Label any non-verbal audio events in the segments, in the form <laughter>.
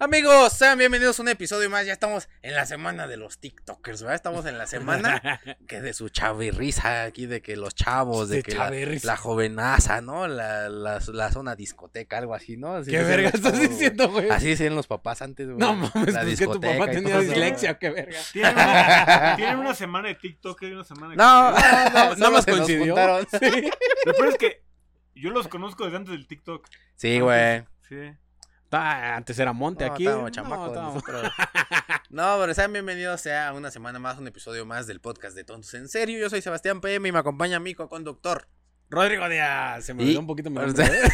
Amigos, sean bienvenidos a un episodio más. Ya estamos en la semana de los TikTokers, ¿verdad? Estamos en la <laughs> semana que de su chavirrisa aquí, de que los chavos, de, De que la, chavirrisa. la jovenaza, ¿no? La, la- la zona discoteca, algo así, ¿no? Así ¿Qué decían verga los estás chavos, güey. diciendo, güey? Así decían los papás antes, güey. No mames, La pues que tu discoteca papá y tenía todo eso. dislexia, <laughs> qué verga. <laughs> Tienen una, tienen una semana de TikTok y una semana de No, <laughs> no, <laughs> no, No, nada no más se nos coincidió. juntaron. Sí. Lo peor es que yo los conozco desde antes del TikTok. Sí, güey. Sí. Ah, Antes era monte No, aquí. estábamos No, chamacos <laughs> estábamos- nosotros. No, pero sean bienvenidos sea una semana más, un episodio más del podcast de Tontos en Serio. Yo soy Sebastián PM y me acompaña mi co-conductor. Rodrigo Díaz. Se me Y- olvidó un poquito mi nombre. <laughs> Ahorita-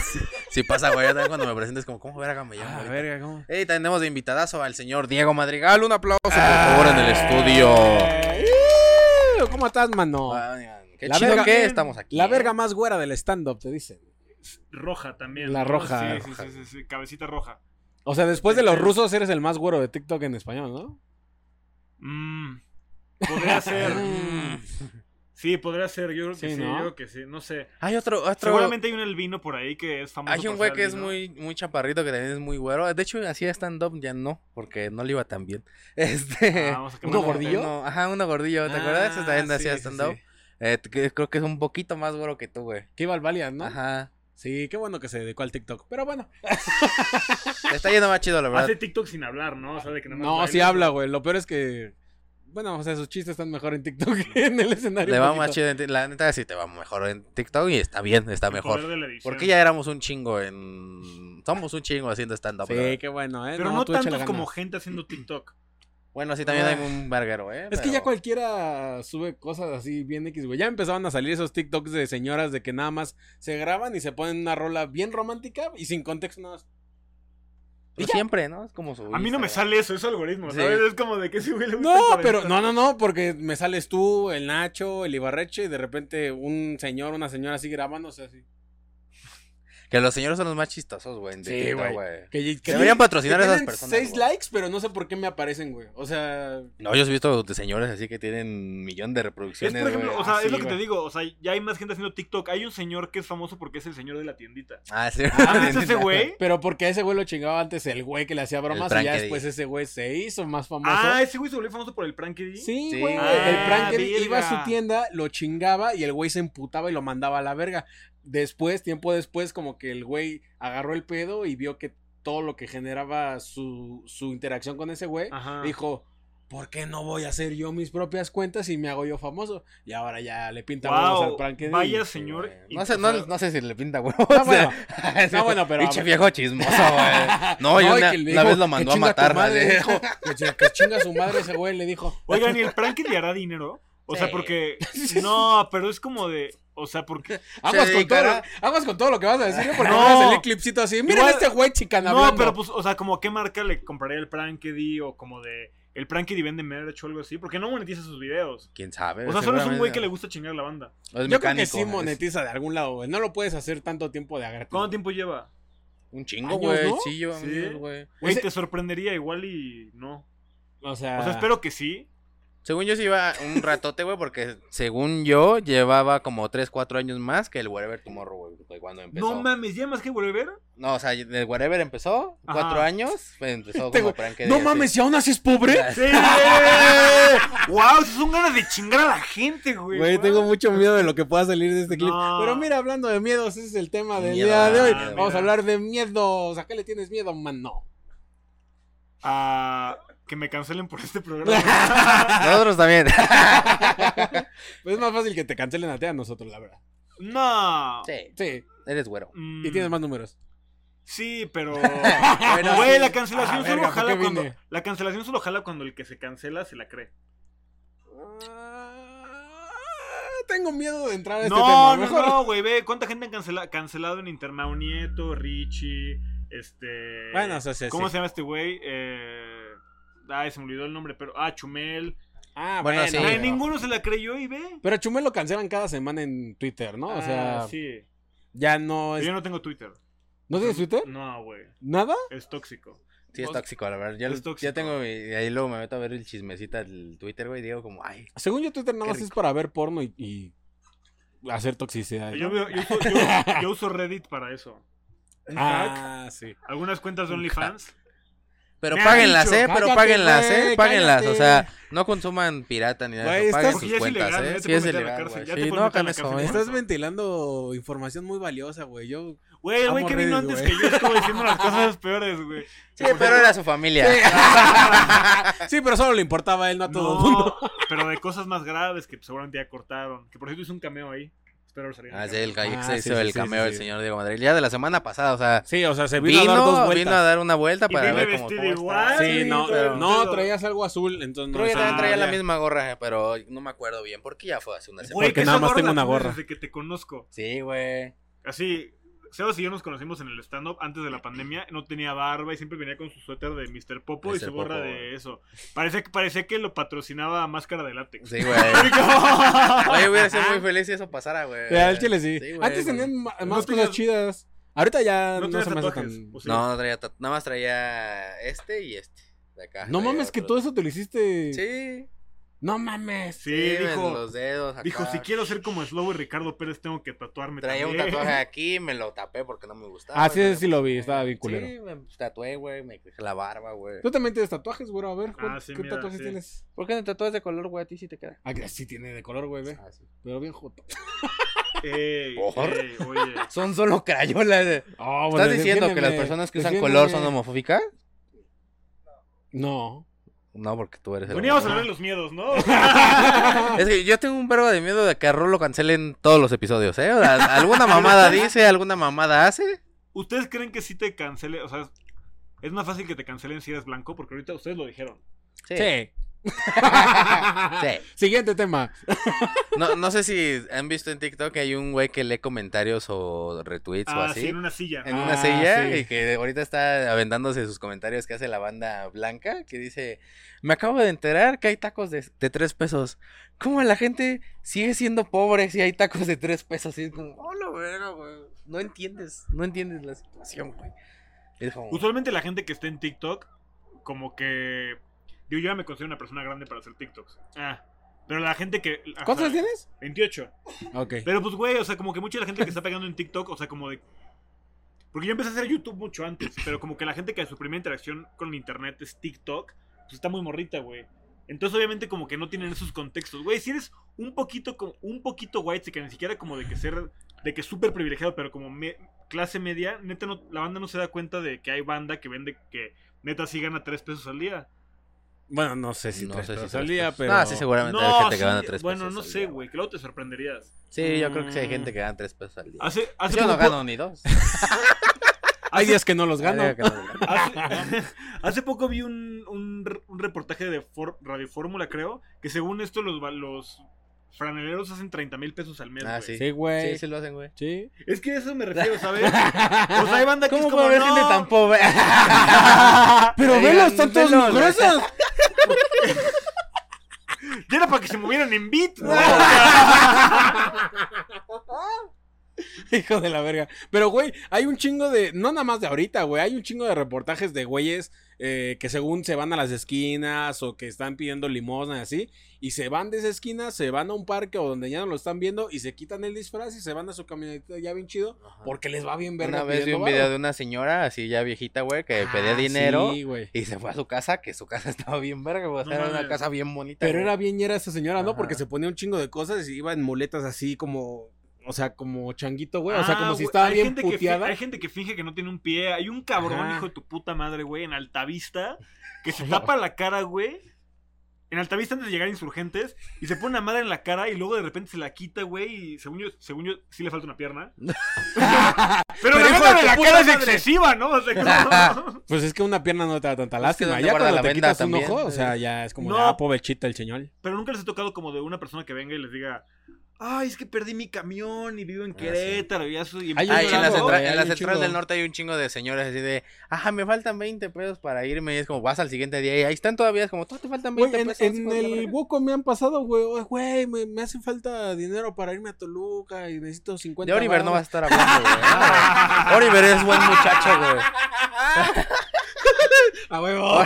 si pasa, güey, yo también cuando me presentes como, ¿cómo verga me llamo? Ah, ahorita? verga, ¿cómo? Y tenemos de invitadazo al señor Diego Madrigal. Un aplauso, por Ah. favor, en el estudio. estudio. ¿Cómo estás, mano? Ay, Qué La chido verga- que estamos aquí. La ¿eh? verga más güera del stand-up, te dicen. Roja también. La ¿no? roja. Sí, sí, sí, sí, sí, cabecita roja. O sea, después de los rusos eres el más güero de TikTok en español, ¿no? Mm, podría Ah. ser. Sí, podría ser. Yo creo que Sí, sí, ¿no? yo creo que sí. No sé. Hay otro, otro. Seguramente hay un albino por ahí que es famoso. Hay por un güey ser que es albino. muy, muy chaparrito, que también es muy güero. De hecho, hacía stand-up, ya no, porque no le iba tan bien. <laughs> Este. Ah, vamos a ¿Uno bueno, gordillo? no, ajá, uno gordillo, ¿te acuerdas? Ah, Ese también hacía stand-up. Eh, que- creo que es un poquito más güero que tú, güey. Que iba al Valiant, ¿no? Ajá. Sí, qué bueno que se dedicó al TikTok. Pero bueno, Le está yendo más <laughs> Ah, chido, la verdad. Hace TikTok sin hablar, ¿no? O sea, de que nada más No, baila. sí habla, güey. Lo peor es que. Bueno, o sea, sus chistes están mejor en TikTok <laughs> que en el escenario. Le va más poquito. chido en ti- La neta, sí te va mejor en TikTok y está bien, está El poder mejor. de la edición. Porque ya éramos un chingo en. Somos un chingo haciendo stand-up. la Sí, verdad. qué bueno, ¿eh? Pero no, tú échale tantos como ganas. gente haciendo TikTok. Bueno, sí, también Ah. hay un verguero, ¿eh? Es que Pero- ya cualquiera sube cosas así bien X, güey. Ya empezaban a salir esos TikToks de señoras de que nada más se graban y se ponen una rola bien romántica y sin contexto <laughs> nada más. pero y ya. pues siempre, ¿no? Es como su. A mí no me Instagram. sale eso, es algoritmo, Sí. ¿sabes? Es como de que ese güey le gusta No, el pero cuarenta. no, no, no, porque me sales tú, el Nacho, el Ibarreche y de repente un señor, una señora así grabándose así. Que los señores son los más chistosos, güey. en Sí, TikTok, güey. Que, que Deberían patrocinar que a esas tienen personas, Seis güey. likes, pero no sé por qué me aparecen, güey. O sea, No, yo he visto de señores así que tienen un millón de Es, reproducciones. por ejemplo, güey. o sea, así, es lo que güey. te digo, o sea, ya hay más gente haciendo TikTok. Hay un señor que es famoso porque es el señor de <laughs> la tiendita. Ah, sí. ¿Han visto ese güey? Pero porque a ese güey lo chingaba antes el güey que le hacía bromas y Frankie ya D. después ese güey se hizo más famoso. Ah, ese güey se volvió famoso por el prank ID. sí, Sí, güey. güey. el Frankie D Ah, iba a su verga. tienda, lo chingaba y el güey se emputaba y lo mandaba a la verga. Después, tiempo después, como que el güey agarró el pedo y vio que todo lo que generaba su, su interacción con ese güey, Ajá. dijo. ¿Por qué no voy a hacer yo mis propias cuentas y me hago yo famoso? Y ahora ya le pinta huevos Wow, al Frankie D. vaya Sí, señor. güey. y- No sé, o no, sea, pues, no sé si le pinta <laughs> huevos. No, bueno. Ese No, bueno, pero- Pinche viejo chismoso, güey. <laughs> No, y y una, que le una dijo, vez lo "Que mandó a chinga tu matar. madre", ¿vale? dijo, que, chi- que chinga su madre ese güey, le dijo. Oigan, ¿y el prank ID hará dinero? O <laughs> sea, Sí. porque. No, pero es como de. O sea, porque. Aguas con, todo, dedicará- lo- aguas con todo lo que vas a decir, ¿eh? porque No. no. vas a salir clipcito así. Miren Igual- este güey chican No, hablando. pero pues, o sea, como a qué marca le compraría el prank ID o como de. El prank ID vende merch o algo así. Porque no monetiza sus videos. <laughs> ¿Quién sabe? O sea, solo es un güey seguramente. que le gusta chingar la banda. O es Yo creo que mecánico, sí es monetiza de algún lado, güey. No lo puedes hacer tanto tiempo de a gratis. ¿Cuánto tiempo lleva? Un chingo, Años, güey. ¿no? Sí, yo, Sí. años, güey. Güey, Ese- te sorprendería igual y no. O sea, O sea, espero que sí. Según yo sí iba un ratote, güey, porque según yo llevaba como 3, 4 años más que el Wherever Tomorrow, güey, güey, cuando empezó. No No, mames, ya más que volver. <laughs> o sea, el Wherever empezó, Ajá. 4 años, pues, <laughs> empezó Este como güey, Frank no mames, si aún así es pobre. ¡Sí! ¡Wow! Son ganas de chingar a la gente, güey. Güey, Guau. tengo mucho miedo de lo que pueda salir de este clip. No. Pero mira, hablando de miedos, ese es el tema del Miedo, día de hoy. ah, Vamos mira. a hablar de miedos. ¿A qué le tienes miedo, mano? Ah, que me cancelen por <laughs> este programa. Nosotros <laughs> también. Pues es más fácil que te cancelen a ti a nosotros, la verdad. no. sí, Sí, eres güero. Mm, y tienes más números. Sí, <laughs> pero. Bueno, Güey, sí. la cancelación Ah, solo verga, ¿por jala qué vine? cuando. La cancelación solo jala cuando el que se cancela se la cree. Ah, Tengo miedo de entrar a este no, tema. no, Mejor. no, güey, ve. ¿Cuánta gente han cancela- cancelado en Internado Nieto, Richie, este. Bueno, o sea, sí, ¿Cómo sí. se llama este güey? Eh. Ay, se me olvidó el nombre, pero. Ah, Chumel. Ah, Bueno, bueno, sí. Ay, pero- ninguno se la creyó y ve. Pero Chumel lo cancelan cada semana en Twitter, ¿no? O sea, Ah, sí. ya no Pero es... Yo no Mm. tengo Twitter. ¿No tienes Twitter? No, güey. ¿Nada? Es tóxico. Sí, es Vos- tóxico, la verdad. Ya, Pues, Es lo- ya tóxico. tengo mi- y ahí luego me meto a ver el chismecita del Twitter, güey, y digo como, ay, Según yo, Twitter nada Qué más es para ver porno y, y hacer toxicidad. Yo, ¿no? veo- yo uso, yo- yo uso Reddit para eso. Ah, sí. Algunas cuentas de OnlyFans. Pero Me ha páguenlas, dicho, ¿eh? Pero cállate, páguenlas, güey, ¿eh? Páguenlas. O cállate. sea, no consuman pirata ni nada. Güey, de eso, Paguen estás- Porque sus ya es cuentas, ilegal, ya ¿eh? te Sí, pueden es meter a la ilegal, cárcel, güey. ya te Sí, pueden no meter a hagan la eso, cárcel, ¿eh? ya Estás ventilando información muy valiosa, güey. Yo Güey, el güey Amo que vino Reddit, antes güey. que yo estuvo diciendo las cosas peores, güey. Sí, pero era su familia. Sí, pero solo le importaba a él, no a todo el mundo. No, pero de cosas más graves que seguramente ya cortaron. Que por cierto hizo un cameo ahí. Espero haber salido. en Ah, el sí, el, cameo. ca- Ah, se sí, hizo sí, el sí, cameo sí, del sí. señor Diego Madrid. Ya de la semana pasada, o sea, Sí, o sea, se vino, vino, a dar dos vueltas. vino a dar una vuelta Y para vino ver cómo, vestido cómo está. igual, Sí, no, Sí, pero- no, traías algo azul, entonces no. Creo que es también una traía la novia. misma gorra, pero no me acuerdo bien, porque ya fue hace una semana. Güey, Porque que nada esa más gorra tengo la una tienes gorra. Desde que te conozco. Sí, güey. Así, Sebas y yo nos conocimos en el stand-up antes de la pandemia. No tenía barba y siempre venía con su suéter de Mr. Popo y Mr. su gorra Popo, de güey. eso. Parecía que, parecía que lo patrocinaba Máscara de Látex. Sí, güey. <laughs> Oye, hubiera sido muy feliz si eso pasara, güey. Sí, al chile sí. Sí, güey, Antes güey. tenían ma- más No cosas tenías- chidas. Ahorita ya No no, tenías se me hace tatuajes, tan. o sí. No, no traía tat- nada más traía este y este. De acá. No traía mames, que otro. todo eso te lo hiciste. Sí. No mames. Sí, Sí, en dijo. los dedos. Acá. Dijo, si quiero ser como Slow y Ricardo Pérez, tengo que tatuarme Traía un también. tatuaje aquí, me lo tapé porque no me gustaba. Ah, sí, güey, sí me lo vi, tapé. estaba bien culero. Sí, me tatué, güey, me dejé la barba, güey. Tú también tienes tatuajes, güey. A ver, ¿cuál- Ah, sí, ¿qué mira, tatuajes sí. tienes? ¿Por qué no tatuas de color, güey? A ti sí te queda. Ah, que sí tiene de color, güey, ve. Ah, sí. Pero bien joto. <laughs> Ey, ¿Por? ey, <laughs> oye. Son solo crayolas. Ah, bueno, ¿Estás diciendo que las defiéndeme, personas que usan color son defiéndeme. homofóbicas? No. No, porque tú eres el Veníamos a homofóbico. hablar de los <laughs> miedos, ¿no? Es que yo tengo un verbo de miedo de que a Rolo cancelen todos los episodios, ¿eh? O sea, Alguna <laughs> mamada dice, alguna mamada hace. ¿Ustedes creen que si te cancele? O sea, es más fácil que te cancelen si eres blanco, porque ahorita ustedes lo dijeron. <laughs> Sí. <laughs> Sí. Sí. Siguiente tema. No, no sé si han visto en TikTok que hay un güey que lee comentarios o retweets o Ah, así. sí, en una silla. en una Ah, silla sí. y que ahorita está aventándose sus comentarios que hace la banda blanca que dice me acabo de enterar que hay tacos de, de tres pesos cómo la gente sigue siendo pobre si hay tacos de tres pesos y es como hola verga, güey no entiendes no entiendes la situación güey es como Usualmente la gente que está en TikTok, como que. Digo, yo ya me considero una persona grande para hacer TikToks. Ah. Pero la gente que. o ¿Cuántos sea, tienes? <laughs> 28. Ok. Pero pues, güey, o sea, como que mucha de la gente que está pegando en TikTok, o sea, como de. Porque yo empecé a hacer YouTube mucho antes, pero como que la gente que su primera interacción con internet es TikTok, pues está muy morrita, güey. Entonces, obviamente, como que no tienen esos contextos. Güey, si eres un poquito, como, un poquito white, que ni siquiera como de que ser, de que súper privilegiado, pero como me- clase media, neta, no, la banda no se da cuenta de que hay banda que vende que neta sí gana 3 pesos al día. Bueno, no sé si pues, no tres sé si pesos tres al día, pesos. pero. no sí seguramente no, hay gente sí, que gana tres bueno, pesos no al sé, día, güey, que luego te sorprenderías. sí yo creo que sí hay gente Mm. que gana tres pesos al día Hace, hace yo no poco- gano ni dos Hay días que no los Yo digo gano. que no gano. Hace, hace poco vi un, un r- un reportaje de For- Radio Fórmula, creo, que según esto los, va- los franeleros hacen 30 mil pesos al mes. Ah, güey. sí. Sí, <laughs> Pues sí güey. sí lo hacen güey Sí. Es que a eso me <laughs> refiero, ¿sabes? O sea, hay banda que es ¿Cómo como, puede haber gente "No". tan pobre? <laughs> Pero Oigan, velos, están todos velos. mugrosos. Ya era para que se movieran <laughs> en beat. ¿no? <laughs> Hijo de la verga. Pero, güey, hay un chingo de. No nada más de ahorita, güey. Hay un chingo de reportajes de güeyes eh, que según se van a las esquinas o que están pidiendo limosna y así. Y se van de esa esquina, se van a un parque o donde ya no lo están viendo y se quitan el disfraz y se van a su camioneta ya bien chido. Porque les va bien verga. Una vez vi pidiendo un varo. video de una señora así ya viejita, güey, que Ah, pedía dinero Sí, güey. y se fue a su casa, que su casa <laughs> estaba bien verga, güey. O sea, No era una mames. casa bien bonita. Pero güey. era bien ñera esa señora, ¿no? Porque Ajá. se ponía un chingo de cosas y iba en muletas así como. O sea, como changuito, güey. O sea, como Ah, si güey, estaba hay bien gente que fi- puteada. hay gente que finge que no tiene un pie. Hay un cabrón, Ajá. hijo de tu puta madre, güey, en Altavista, que <laughs> se tapa la cara, güey. En Altavista antes de llegar a Insurgentes, y se pone una madre en la cara y luego de repente se la quita, güey, y según yo, según yo, sí le falta <laughs> una pierna. Pero, la hijo de venda de tu la puta cara es madre. excesiva, ¿no? <laughs> O sea, como- Pues es que una pierna no te da tanta Pues lástima. que donde ya guarda cuando la te venda quitas un también, ojo, o eh. sea, ya es como, No. de, ah, pobrecita el señor. Pero nunca les he tocado como de una persona que venga y les diga, ay, es que perdí mi camión y vivo en Ah, sí. Querétaro. y ya su- y Hay Ay, un Ah, en la, chingo, central, güey, en hay la un central chingo. del norte hay un chingo de señores así de, ajá, me faltan 20 pesos para irme. Y es como, vas al siguiente día y ahí están todavía, es como, "Todavía te faltan Güey, 20 en, pesos. en hijo de la el verga". Woco me han pasado, güey. "Oye, Güey, me, me hace falta dinero para irme a Toluca y necesito 50 De Oliver no vas a varos". estar hablando, güey. <laughs> Ah, Oliver es buen muchacho, güey. A huevo.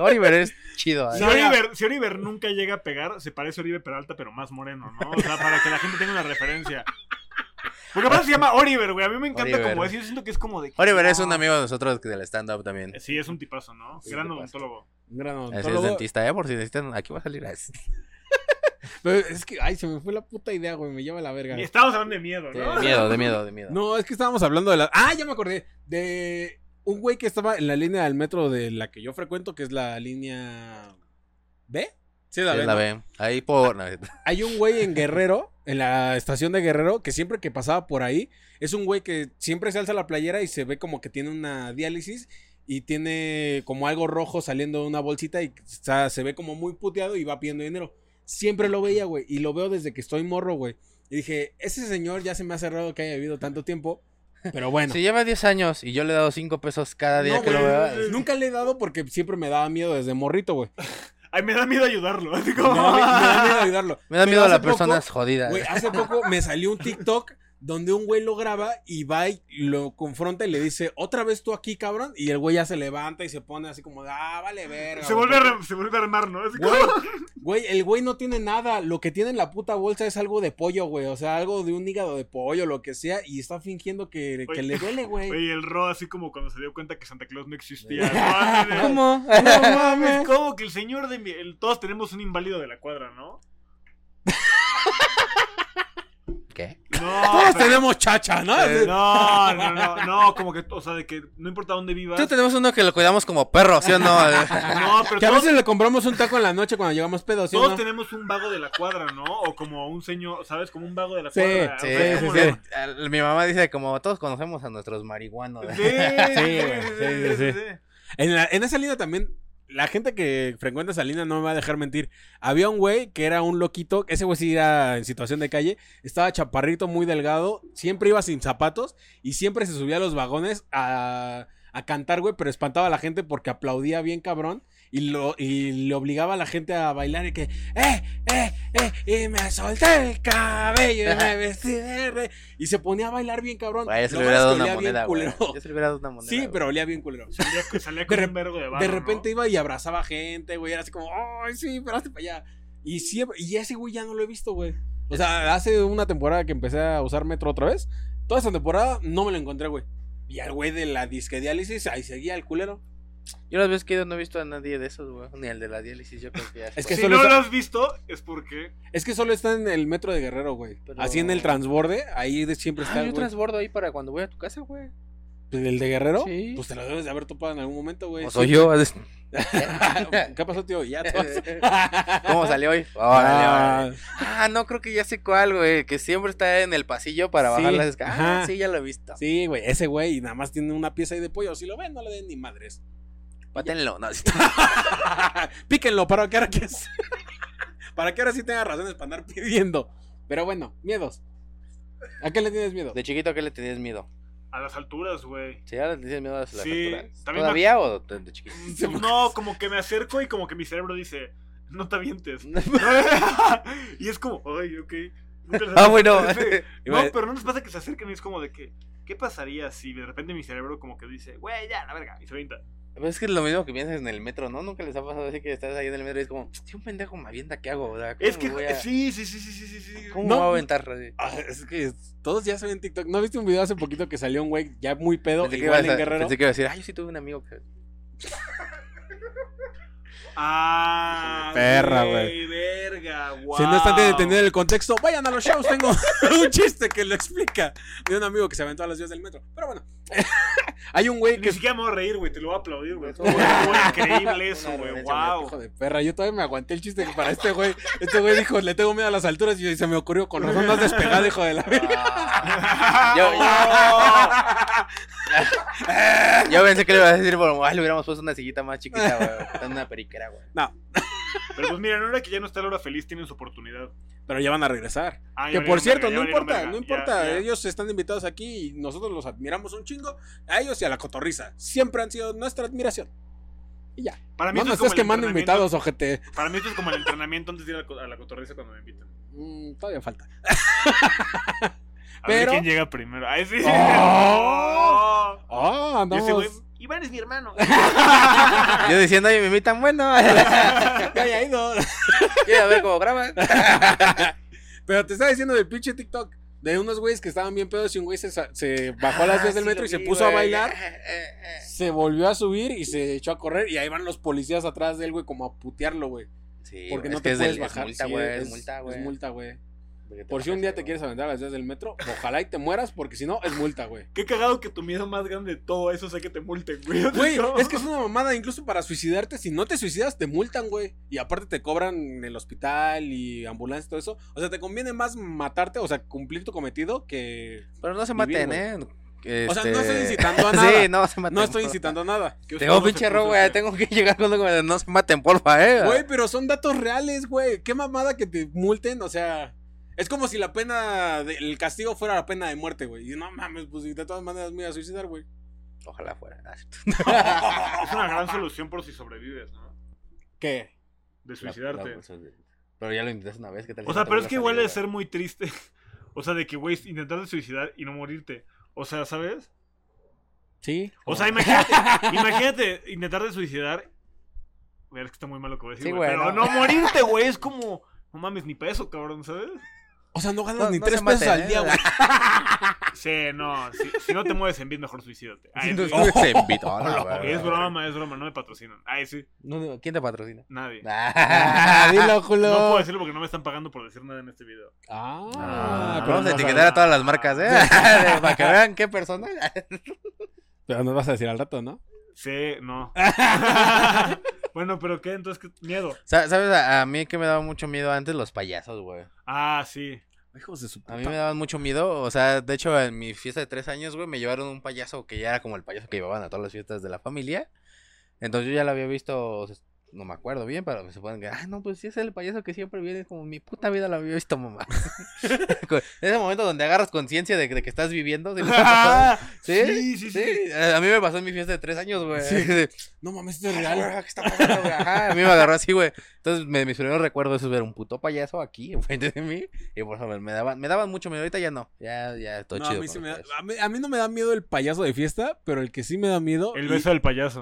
Oliver es chido. Si ¿eh? No, ya. Oliver, si Oliver nunca llega a pegar, se parece a Oribe Peralta, pero más moreno, ¿no? O sea, para que la gente tenga una referencia. Porque aparte se llama Oliver, güey. A mí me encanta Oliver. como es. Yo siento que es como de. Oliver es un Ah. amigo de nosotros que del stand-up también. Sí, es un tipazo, ¿no? Sí, Gran tipazo. odontólogo. <laughs> Un gran Así es odontólogo. dentista, ¿eh? Por si necesitan, aquí va a salir. <laughs> Este, así. Pero es que, ay, se me fue la puta idea, güey. Me lleva la verga. Y estábamos hablando de miedo, ¿no? De miedo, de miedo, de miedo. No, es que estábamos hablando de la. Ah, ya me acordé. De un güey que estaba en la línea del metro de la que yo frecuento, que es la línea B. Sí, Sí, B, es la ¿no? B. Ahí por. <laughs> no, Hay un güey en Guerrero, en la estación de Guerrero, que siempre que pasaba por ahí, es un güey que siempre se alza la playera y se ve como que tiene una diálisis y tiene como algo rojo saliendo de una bolsita y está- se ve como muy puteado y va pidiendo dinero. Siempre lo veía, güey, y lo veo desde que estoy morro, güey. Y dije, ese señor ya se me ha cerrado que haya vivido tanto tiempo, pero bueno. Si lleva 10 años y yo le he dado 5 pesos cada día No, que lo güey, veo. es- Nunca le he dado porque siempre me daba miedo desde morrito, güey. Ay, me da miedo ayudarlo. Así Me da, como. mi- me da miedo ayudarlo. Me da Pero miedo a hace las poco- personas jodidas. Güey, hace poco me salió un TikTok donde un güey lo graba y va y lo confronta y le dice, otra vez tú aquí, cabrón. Y el güey ya se levanta y se pone así como, de, ah, vale, verga. <laughs> se, güey". vuelve a re- se vuelve a armar, ¿no? Así como. Güey, güey, el güey no tiene nada. Lo que tiene en la puta bolsa es algo de pollo, güey. O sea, algo de un hígado de pollo, lo que sea. Y está fingiendo que, que Güey. le duele, güey. Oye, el Ro, así como cuando se dio cuenta que Santa Claus <laughs> no existía. ¿no? ¿Cómo? <laughs> No Es <laughs> mames. como que el señor de mi. el- todos tenemos un inválido de la cuadra, ¿no? <laughs> ¿Qué? No. Todos pero- tenemos chacha, ¿no? Eh, No, no, no, no, como que, o sea, de que no importa dónde vivas. Tú tenemos uno que lo cuidamos como perro, <laughs> ¿sí o no? Ah, No, pero que a todos, veces le compramos un taco en la noche cuando llegamos pedos, ¿sí o todos no? tenemos un vago de la cuadra, ¿no? O como un señor, ¿sabes? Como un vago de la Sí, cuadra. Sí, o sea, sí, como sí. lo- Al- Mi mamá dice, como todos conocemos a nuestros marihuanos. Sí, sí, güey, sí, sí, sí, sí. En, la- en esa línea también, la gente que frecuenta esa línea no me va a dejar mentir. Había un güey que era un loquito, ese güey sí era en situación de calle, estaba chaparrito, muy delgado, siempre iba sin zapatos y siempre se subía a los vagones a, a cantar, güey, pero espantaba a la gente porque aplaudía bien cabrón. Y, lo, y le obligaba a la gente a bailar y que, eh, eh, eh, y me solté el cabello <laughs> y me vestí de re-". Y se ponía a bailar bien <laughs> cabrón. Güey, yo se Lo le hubiera malo dado una es que olía bien moneda, güey. culero. Yo se le hubiera dado una moneda. Sí, güey. pero olía bien culero. Salía, salía con De un vergo de barro, De ¿no? repente iba y abrazaba gente, güey. Era así como, ay, sí, pero hazte para allá. Y siempre, y ese güey ya no lo he visto, güey. <laughs> O sea, hace una temporada que empecé a usar metro otra vez. Toda esa temporada no me lo encontré, güey. Y al güey de la disquediálisis, ahí seguía el culero. Yo las veces que he ido no he visto a nadie de esos, güey. Ni al de la diálisis, yo creo que ya. <laughs> Es que si solo no está- lo has visto, es porque. Es que solo está en el metro de Guerrero, güey. Pero- Así en el transborde, ahí de siempre Ah, está el, yo güey. transbordo ahí para cuando voy a tu casa, güey. Pues, ¿El de Guerrero? Sí. Pues te lo debes de haber topado en algún momento, güey. O soy yo. <laughs> ¿Qué pasó, tío? <laughs> Ya te vas. ¿Cómo salió hoy? Órale, órale. Ah, Ah, no, creo que ya sé cuál, güey. Que siempre está en el pasillo para Sí, bajar las escaleras. Ah, ajá. sí, ya lo he visto. Sí, güey, ese güey y nada más tiene una pieza ahí de pollo. Si lo ven, no le den <laughs> ni madres. Pátenlo. No, <laughs> sí. Píquenlo para que ahora que es- <laughs> para que ahora sí tenga razones para andar pidiendo. Pero bueno, miedos. ¿A qué le tienes miedo? De chiquito, ¿a ¿qué le tenías miedo? A las alturas, güey. ¿Sí, ahora le tenías miedo a las Sí, alturas? también ¿Todavía o de, de <laughs> chiquito? Mm, No, como que me acerco y como que mi cerebro dice, no <laughs> te avientes. <laughs> y es como, ay, ok. Nunca les ah, <laughs> bueno. <laughs> Sí. <laughs> No, Iba- pero no les pasa que se acerquen y es como de que, ¿qué pasaría si de repente mi cerebro como que dice, güey, ya, la verga, y se avienta? Pero es que es lo mismo que piensas en el metro, ¿no? Nunca les ha pasado así que estás ahí en el metro y es como, si un pendejo me avienta, ¿qué hago? O sea, ¿cómo Es que, eh, me voy a- sí, sí, sí, sí, sí, sí, sí. ¿Cómo No. me voy a aventar? Así. Ah, es que todos ya saben TikTok. ¿No viste un video hace poquito que salió un güey ya muy pedo, Pensé que, ibas igual en a, Guerrero? pensé que iba a decir, ay, yo sí tuve un amigo que... Ah, Perra, Verga, wow. Si no están de entender el contexto, vayan a los shows. Tengo <laughs> un chiste que lo explica de un amigo que se aventó a las vías del metro. Pero bueno, <laughs> hay un güey que Ni siquiera me voy a reír, güey, te lo voy a aplaudir, güey. Eso, Estuvo güey. <laughs> increíble eso, Una güey, reverencia, Hijo <laughs> wow. de perra, yo todavía me aguanté el chiste que para este güey. Este güey dijo, le tengo miedo a las alturas y se me ocurrió con razón no has despegado, hijo de la verga. Ah. Yo- <laughs> Yo pensé que le iba a decir, bueno, ay, le hubiéramos puesto una sillita más chiquita, güey. en Una periquera, güey. Pero pues mira, ahora que ya no está la hora feliz, tienen su oportunidad. Pero ya van a regresar. Ah, ya que valieron por cierto, verga, ya no valieron importa, verga, no ya, importa. eh. ya. Ellos están invitados aquí y nosotros los admiramos un chingo. A ellos y a la cotorriza. Siempre han sido nuestra admiración. Y ya. Para mí No esto nos es como estás el quemando entrenamiento- invitados, ojete. Para mí esto es como el entrenamiento antes de ir a la co- a la cotorriza cuando me invitan. Mm, todavía falta. A ver Pero- quién llega primero. Ay, sí. ¡Oh! <laughs> No. Ah, Y ese güey, andamos. Iván es mi hermano. <laughs> Yo diciendo, ay, me invitan, bueno. <laughs> Ya, ya, <laughs> ido. Quiero ver cómo graban. Pero te estaba diciendo del pinche TikTok. de unos güeyes que estaban bien pedos y un güey se, sa- se bajó a Ah, las vías del metro y se puso a bailar, Eh, se volvió a subir y se echó a correr y ahí van los policías atrás de él, güey, como a putearlo, güey. Sí, Porque güey, no es te que es, puedes del- bajar. Es multa, sí, güey. es multa, güey. Es multa, güey. Porque te Por si un bajas, día te güey. quieres aventar a las vías del metro, ojalá y te mueras porque si no, es multa, güey. Qué cagado que tu miedo más grande de todo eso sea que te multen, güey. <laughs> Güey, es que es una mamada, incluso para suicidarte, si no te suicidas, te multan, güey. Y aparte te cobran en el hospital y ambulancia y todo eso. O sea, te conviene más matarte, o sea, cumplir tu cometido que... Pero no se vivir, maten, ¿eh? O sea, no Este- estoy incitando a <laughs> nada. Sí, no se maten. no estoy porfa. incitando a nada. Que Tengo ustedes pinche no se error, güey. pusen- Tengo que llegar con algo de no se maten, porfa, eh. <laughs> Güey, pero son datos reales, güey. Qué mamada que te multen, o sea... Es como si la pena, del el castigo fuera la pena de muerte, güey. Y no mames, pues de todas maneras me iba a suicidar, güey. Ojalá fuera. <laughs> Ah, cierto. Es una <laughs> gran solución por si sobrevives, ¿no? ¿Qué? La- De la- suicidarte. Pero ya lo intentas una vez, ¿qué tal? si O no sea, te pero es vuelve que a igual salir, es ser muy triste. <laughs> O sea, de que, güey, intentar de suicidar y no morirte. O sea, ¿sabes? Sí. O <laughs> sea, <laughs> imagínate, imagínate intentar de suicidar. Güey, es que está muy malo que voy a decir, Sí, güey. güey, Pero no. no. morirte, güey, es como. No mames, ni peso, cabrón, ¿sabes? O sea, no ganas No- ni no tres se maten, ¿eh? pesos al <laughs> día, güey. Sí, no. Si, si no te mueves en bien, mejor suicídate. Ay, <laughs> güey. sí. <laughs> No, Ah, se invitó, <laughs> a la verga. es broma, es broma, no me patrocinan. Ay, sí, No, no, ¿Quién te <laughs> patrocina? nadie. Ah, Dilo, culo. No puedo decirlo porque no me están pagando por decir nada en este video. Ah, Ah, pero vamos a no vas etiquetar a todas las marcas, ¿eh? <laughs> <laughs> Para que vean qué persona. <laughs> Pero nos vas a decir al rato, ¿no? Sí, no. bueno, pero ¿qué? Entonces, ¿qué? miedo. Sa- ¿Sabes? A, a mí que me daba mucho miedo antes los payasos, güey. Ah, sí. Hijos de su A mí me daban mucho miedo. O sea, de hecho, en mi fiesta de tres años, güey, me llevaron un payaso que ya era como el payaso que llevaban a todas las fiestas de la familia. Entonces yo ya lo había visto, o sea, no me acuerdo bien, pero me suponen que, ah, no, pues sí es el payaso que siempre viene, como mi puta vida lo había visto, <laughs> mamá. <laughs> en ese momento donde agarras conciencia de, que- de que estás viviendo. <laughs> ¿sí les ha Ah, pasado? ¿Sí? sí, sí, sí. Sí, a a mí me pasó en mi fiesta de tres años, güey. <laughs> Sí. De, No mames, esto es "Ah, real. güey, ¿qué está pasando, güey?" Ajá, a mí me agarró así, güey. Entonces, me, mis primeros recuerdos es ver un puto payaso aquí <laughs> enfrente de mí. Y por favor, me daban, me daban mucho miedo. Ahorita ya no. Ya, ya, todo No, a, chido. mí con sí me los da- payasos. a mí- a mí no me da miedo el payaso de fiesta, pero el que sí me da miedo. El y- beso del payaso.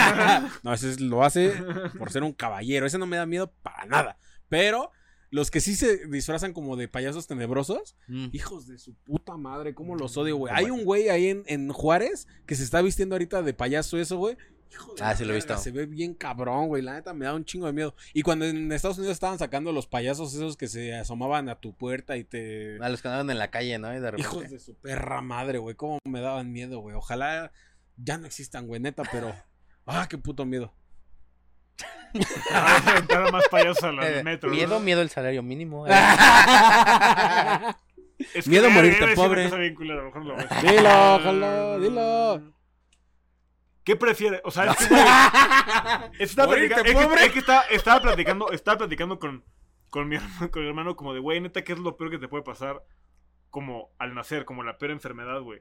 <laughs> no, ese es- lo hace por ser un caballero. Ese no me da miedo para nada. Pero los que sí se disfrazan como de payasos tenebrosos, Mm. hijos de su puta madre, cómo los odio, güey. Hay un güey ahí en, en Juárez que se está vistiendo ahorita de payaso, eso, güey. Hijo de Ah, la sí lo he verga, visto. Se ve bien cabrón, güey. La neta me da un chingo de miedo. Y cuando en Estados Unidos estaban sacando los payasos esos que se asomaban a tu puerta y te. A los que andaban en la calle, ¿no? Y de repente. Hijos de su perra madre, güey. Cómo me daban miedo, güey. Ojalá ya no existan, güey, neta, pero. ¡Ah, qué puto miedo! Ahora se aventaron más payasos a Eh, los metros. miedo, miedo el salario mínimo. eh. Ah. <laughs> Es Miedo a eh, morirte, iba decir una pobre. cosa bien culera, a lo mejor lo ves. Dilo, ojalá, dilo. ¿Qué prefiere? O sea, es que, güey, es que estaba Morirte, platicando, es que- pobre. es que estaba, estaba platicando, estaba platicando con, con, mi hermano, con mi hermano como de, güey, neta, ¿qué es lo peor que te puede pasar como al nacer, como la peor enfermedad, güey?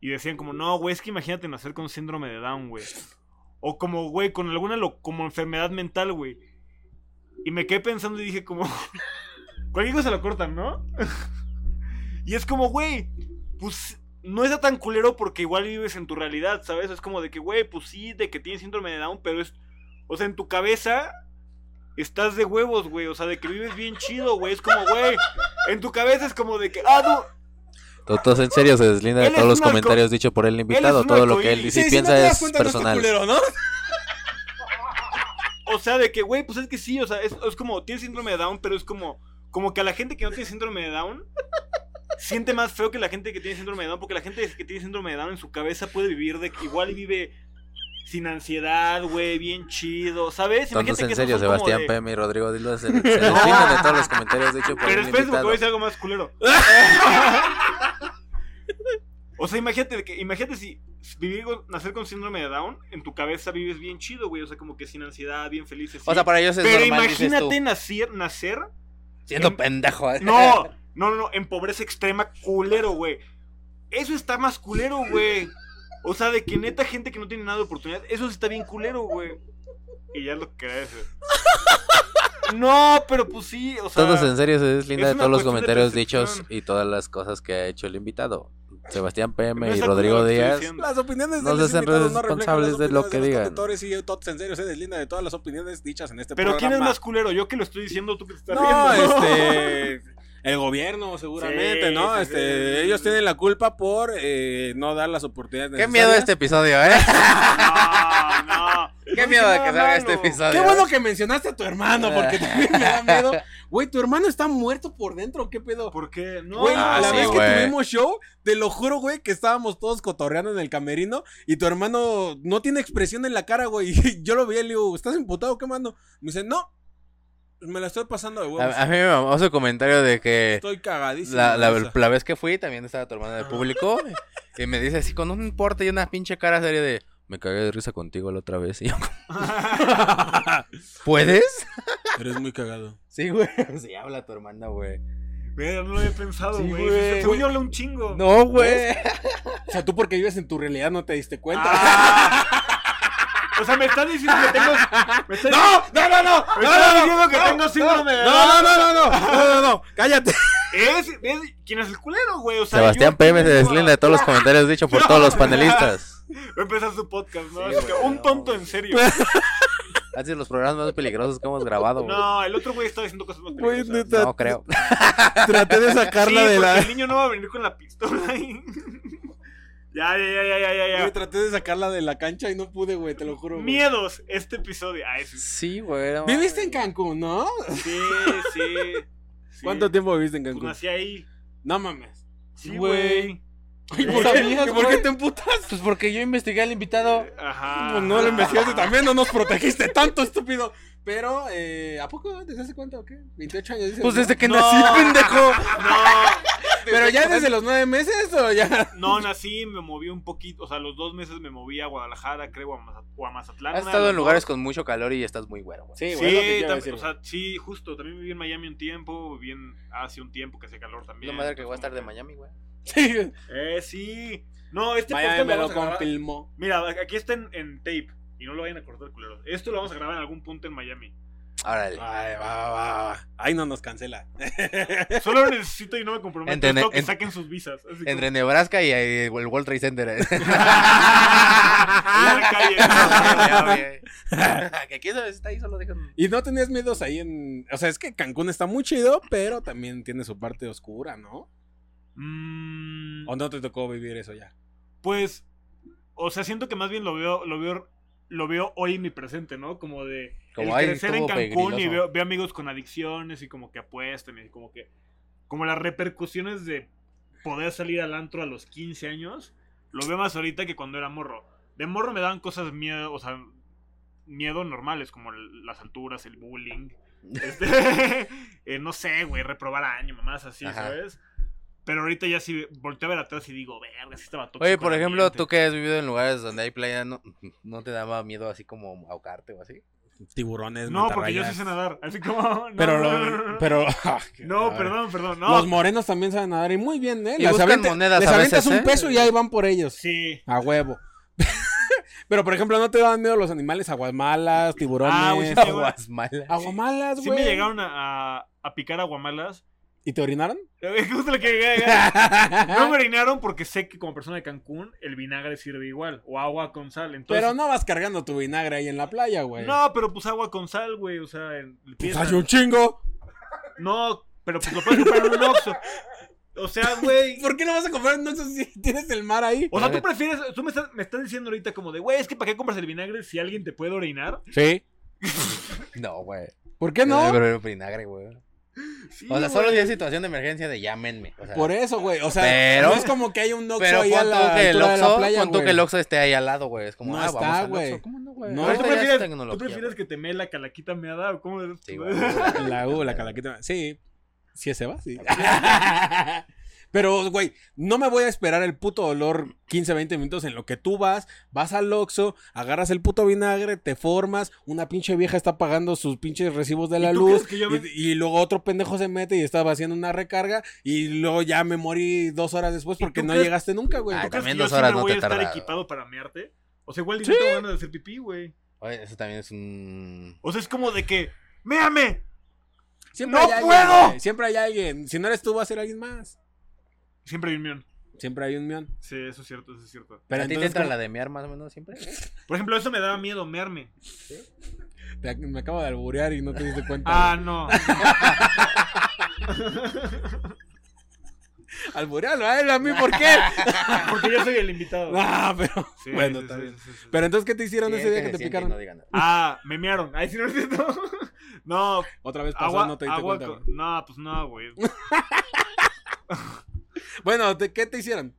Y decían como, no, güey, es que imagínate nacer con síndrome de Down, güey. O como, güey, con alguna lo- como enfermedad mental, güey. Y me quedé pensando y dije como, <laughs> cualquier cosa lo cortan, ¿no? <laughs> y es como, güey, pues no está tan culero porque igual vives en tu realidad, ¿sabes? Es como de que, güey, pues sí, de que tienes síndrome de Down, pero es. O sea, en tu cabeza estás de huevos, güey. O sea, de que vives bien chido, güey. Es como, güey. En tu cabeza es como de que, ah, no. Todos en serio se deslinda de Él es todos los un alco- comentarios dichos por el invitado. un Todo lo que él alcohólico. dice y Sí, piensa si no te das es cuenta, personal. No es tu culero, ¿no? O sea, de que, güey, pues es que sí. O sea, es, es como, tienes síndrome de Down, pero es como. Como que a la gente que no tiene síndrome de Down. Siente más feo que la gente que tiene síndrome de Down. Porque la gente que tiene síndrome de Down en su cabeza puede vivir de que igual vive. Sin ansiedad, güey, bien chido, ¿sabes? Tontos Imagínate que en esos serio, son como Sebastián de- Pema y Rodrigo Dilo <laughs> se, se deslindan de todos los comentarios dichos por Pero el espérense porque invitado. voy a decir algo <laughs> más culero. o sea, imagínate que, imagínate si vivir con- nacer con síndrome de Down, en tu cabeza vives bien chido, güey. O sea, como que sin ansiedad, bien feliz. así. O sea, para ellos es Pero normal, dices tú. imagínate nacer, <laughs> nacer. Siendo pendejo. ¿eh? No, no, no, no, en pobreza extrema, culero, güey. Eso está más culero, güey. O sea, de que neta gente que no tiene nada de oportunidad, eso sí está bien culero, güey. Y ya lo que quería <laughs> decir. No, pero pues sí, o sea. Todos en serio se deslinda es de una todos los cuestión de comentarios percepción. dichos y todas las cosas que ha hecho el invitado. Sebastián PM No y está culero Rodrigo lo que estoy Díaz. diciendo. <laughs> Las opiniones No de los se hacen invitados no responsables reflejan las de lo opiniones que los digan. conductores y todos en serio se deslinda de todas las opiniones dichas en este Pero ¿quién es programa. más culero? ¿Yo que lo estoy diciendo tú que te estás No, <laughs> riendo? este. El gobierno, seguramente, Sí, ¿no? sí, este, sí. ellos tienen la culpa por eh, no dar las oportunidades Qué miedo este episodio, <laughs> ¿eh? <laughs> No, no. Qué miedo de que salga este Qué episodio. bueno que mencionaste a tu hermano, <laughs> porque también me da miedo. Güey, tu hermano está muerto por dentro, ¿qué pedo? ¿Por qué? No. Güey, Ah, la sí, vez güey. que tuvimos show, te lo juro, güey, que estábamos todos cotorreando en el camerino y tu hermano no tiene expresión en la cara, güey. <laughs> Y yo lo vi y le digo, ¿estás imputado? ¿Qué mando? Me dice, no, me la estoy pasando de huevos. A, a mí me mamó su comentario de que Estoy cagadísimo. Ah, la, la- de risa". la vez que fui también estaba tu hermana de público y me dice así con un porte y una pinche cara seria de me cagué de risa contigo la otra vez. Y yo, ¿puedes? <laughs> Eres muy cagado. Sí, güey. <laughs> Sí, habla tu hermana, güey. Verga, no lo había pensado, Sí, güey. güey. Según yo hablé un chingo. No, güey. O sea, tú porque vives en tu realidad no te diste cuenta. Ah. O sea, me estás diciendo que tengo. Me estás, ¡No! ¡No, no, no! me estás diciendo que tengo síndrome de Down. No, no, no, no, no, no, no, no, cállate. Es, es- ¿Quién es el culero, güey? O sea, Sebastián yo- PM se deslinda de todos <laughs> los comentarios dichos por todos los panelistas. Va a empezar su podcast, ¿no? Sí, Así que, güey, un no, tonto güey. en serio. Han sido los programas más peligrosos que hemos grabado, güey. No, el otro güey estaba diciendo cosas más Güey, peligrosas. neta, No <laughs> creo. Traté de sacarla sí, de porque la. el niño no va a venir con la pistola ahí. <laughs> ya, ya, ya, ya, ya, <laughs> Güey, ya, traté de sacarla de la cancha y no pude, güey, te lo juro. ya. güey. Miedos, este episodio. Ah, <laughs> sí, Sí, güey. no Viviste mames. en Cancún, ¿no? sí. sí. ¿Cuánto tiempo viviste en Pues Cancún? nací ahí. No mames. Sí, Sí, güey. Ay, ¿No ¿por, sabías, qué, ¿Por qué güey? te emputas? Pues porque yo investigué al invitado. Ajá. Pues no lo <laughs> investigaste también, no nos protegiste tanto, estúpido. Pero, eh, ¿a poco? ¿Desde hace cuánto o qué? ¿28 años? dices, Pues ¿no? desde que No. nací, pendejo. <laughs> No, <laughs> Pero ya desde los nueve meses o ya. no, nací, me moví un poquito. O sea, los dos meses me moví a Guadalajara, creo, a Maza- o a Mazatlán. Has una de estado las en dos. lugares con mucho calor y estás muy güero, güey. Sí, Sí, güey, es lo que tam- quiero decir, o güey. sea, sí, justo. También viví en Miami un tiempo, viví en hace un tiempo que hace calor Lo también. madre que voy a entonces, estar de como Miami, güey. Sí. que- Eh, sí. No, este Miami podcast lo me lo vamos a grabar- confirmó. Mira, aquí está en, en tape. Y no lo vayan a cortar, culeros. Esto lo vamos a grabar en algún punto en Miami. Órale. Ay, va, va, va, va. Ay, no nos cancela. Solo lo necesito y no me comprometo. Entre- Espero que en- saquen sus visas. Así como- Entre Nebraska y eh, el World Trade Center. eh. la <laughs> calle. Ah, Ya, güey. <laughs> que quién sabe si está ahí, solo dejan. Y no tenías miedos ahí en. O sea, es que Cancún está muy chido, pero también tiene su parte oscura, ¿no? Mm, ¿O no te tocó vivir eso ya? pues, o sea, siento que más bien lo veo, lo veo, lo veo hoy en mi presente, ¿no? Como de Como, el "Ay, crecer en estuvo Cancún y peligroso". veo, veo amigos con adicciones y como que apuestan y como que, como las repercusiones de poder salir al antro a los 15 años, lo veo más ahorita que cuando era morro. De morro me daban cosas miedo, o sea, miedo normales como el- las alturas, el bullying, este, <laughs> eh, no sé, güey, reprobar año, mamás así, Ajá. ¿sabes? Pero ahorita ya sí volteo a ver atrás y digo, verga, sí estaba todo. Oye, por ejemplo, tú que has vivido en lugares donde hay playa, ¿no, no te daba miedo así como ahogarte o así? Tiburones, No, porque yo sí mantarrayas. sé nadar, así como. <laughs> No, Pero, no, no, no, <laughs> lo- no. pero. <laughs> ah, No, perdón, perdón, no. Los morenos también saben nadar y muy bien, ¿eh? Y buscan monedas les a avientas veces, ¿eh? un peso y ahí van por ellos. Sí. A huevo. <laughs> pero, por ejemplo, ¿no te daban miedo los animales aguamalas, tiburones? Ah, güey, <laughs> sí te- Aguas malas. Aguamalas, Sí güey. me llegaron a, a, a picar aguamalas. <laughs> ¿Y te orinaron? Eh, Justo lo <laughs> que llegué. No me orinaron porque sé que como persona de Cancún el vinagre sirve igual. O agua con sal. Entonces, Pero no vas cargando tu vinagre ahí en la playa, güey. pues, No, pero pues agua con sal, güey. O sea, en el Pues pieza. hay un chingo. No, pero pues lo puedes comprar en un Oxxo. O sea, güey. ¿Por qué no vas a comprar entonces si <laughs> tienes el mar ahí? O sea, tú prefieres. Tú me estás, me estás diciendo ahorita como de, güey, es que ¿para qué compras el vinagre si alguien te puede orinar? Sí. No, güey. ¿Por qué Yo no? creo que era vinagre, güey. Sí, O sea, güey. solo si es situación de emergencia de llámenme. O sea, Por eso, güey. O sea, Pero- no es como que hay un Oxxo Pero ahí a pon la tú que el altura de la Oxxo, playa, pon tú güey. que el Oxxo esté ahí al lado, güey. Es como, No ah, está, vamos al güey. Oxxo. ¿Cómo no, güey? No, O Ahorita sea, ya esto ¿tú es prefieres, tecnología. tú prefieres que te mee la calaquita meada o cómo? <laughs> Sí, güey. La U, la calaquita. Sí. Sí, ese va, sí. <laughs> Pero, güey, no me voy a esperar el puto olor 15, 20 minutos en lo que tú vas, vas al Oxxo, agarras el puto vinagre, te formas, una pinche vieja está pagando sus pinches recibos de ¿Y la tú crees luz, que yo me- y, y luego otro pendejo se mete y estaba haciendo una recarga, y luego ya me morí dos horas después ¿Y porque tú no crees- llegaste nunca, güey. Ay, ¿Tú crees también que yo dos sí me horas no voy a te estar tarda. equipado para mearte? O sea, igual yo tengo ganas de hacer pipí, güey. Oye, eso también es un... O sea, es como de que, ¡méame! Siempre ¡No hay alguien, puedo! güey, siempre hay alguien. Si no eres tú, va a ser alguien más. Siempre hay un mion. Siempre hay un mión. Sí, eso es cierto, eso es cierto. Pero Pero ¿A ti te entonces, entra ¿cómo- la de mear más o menos siempre? Por ejemplo, eso me daba miedo, mearme. <laughs> te- me acabo de alburear y no te diste cuenta. Ah, no. Alburealo a él, a mí, ¿por <laughs> qué? Porque yo soy el invitado. Ah, pero. Sí, bueno, sí, está sí, bien. sí, sí. Pero entonces, ¿qué te hicieron Sí, ese día es que se te siente y picaron? No digan nada. Ah, me mearon. Ay, sí, no es cierto. <laughs> No, Pues, Otra vez pasó, agua. no te diste agua cuenta. con- No, pues no, güey. Bueno, ¿te- ¿qué te hicieron?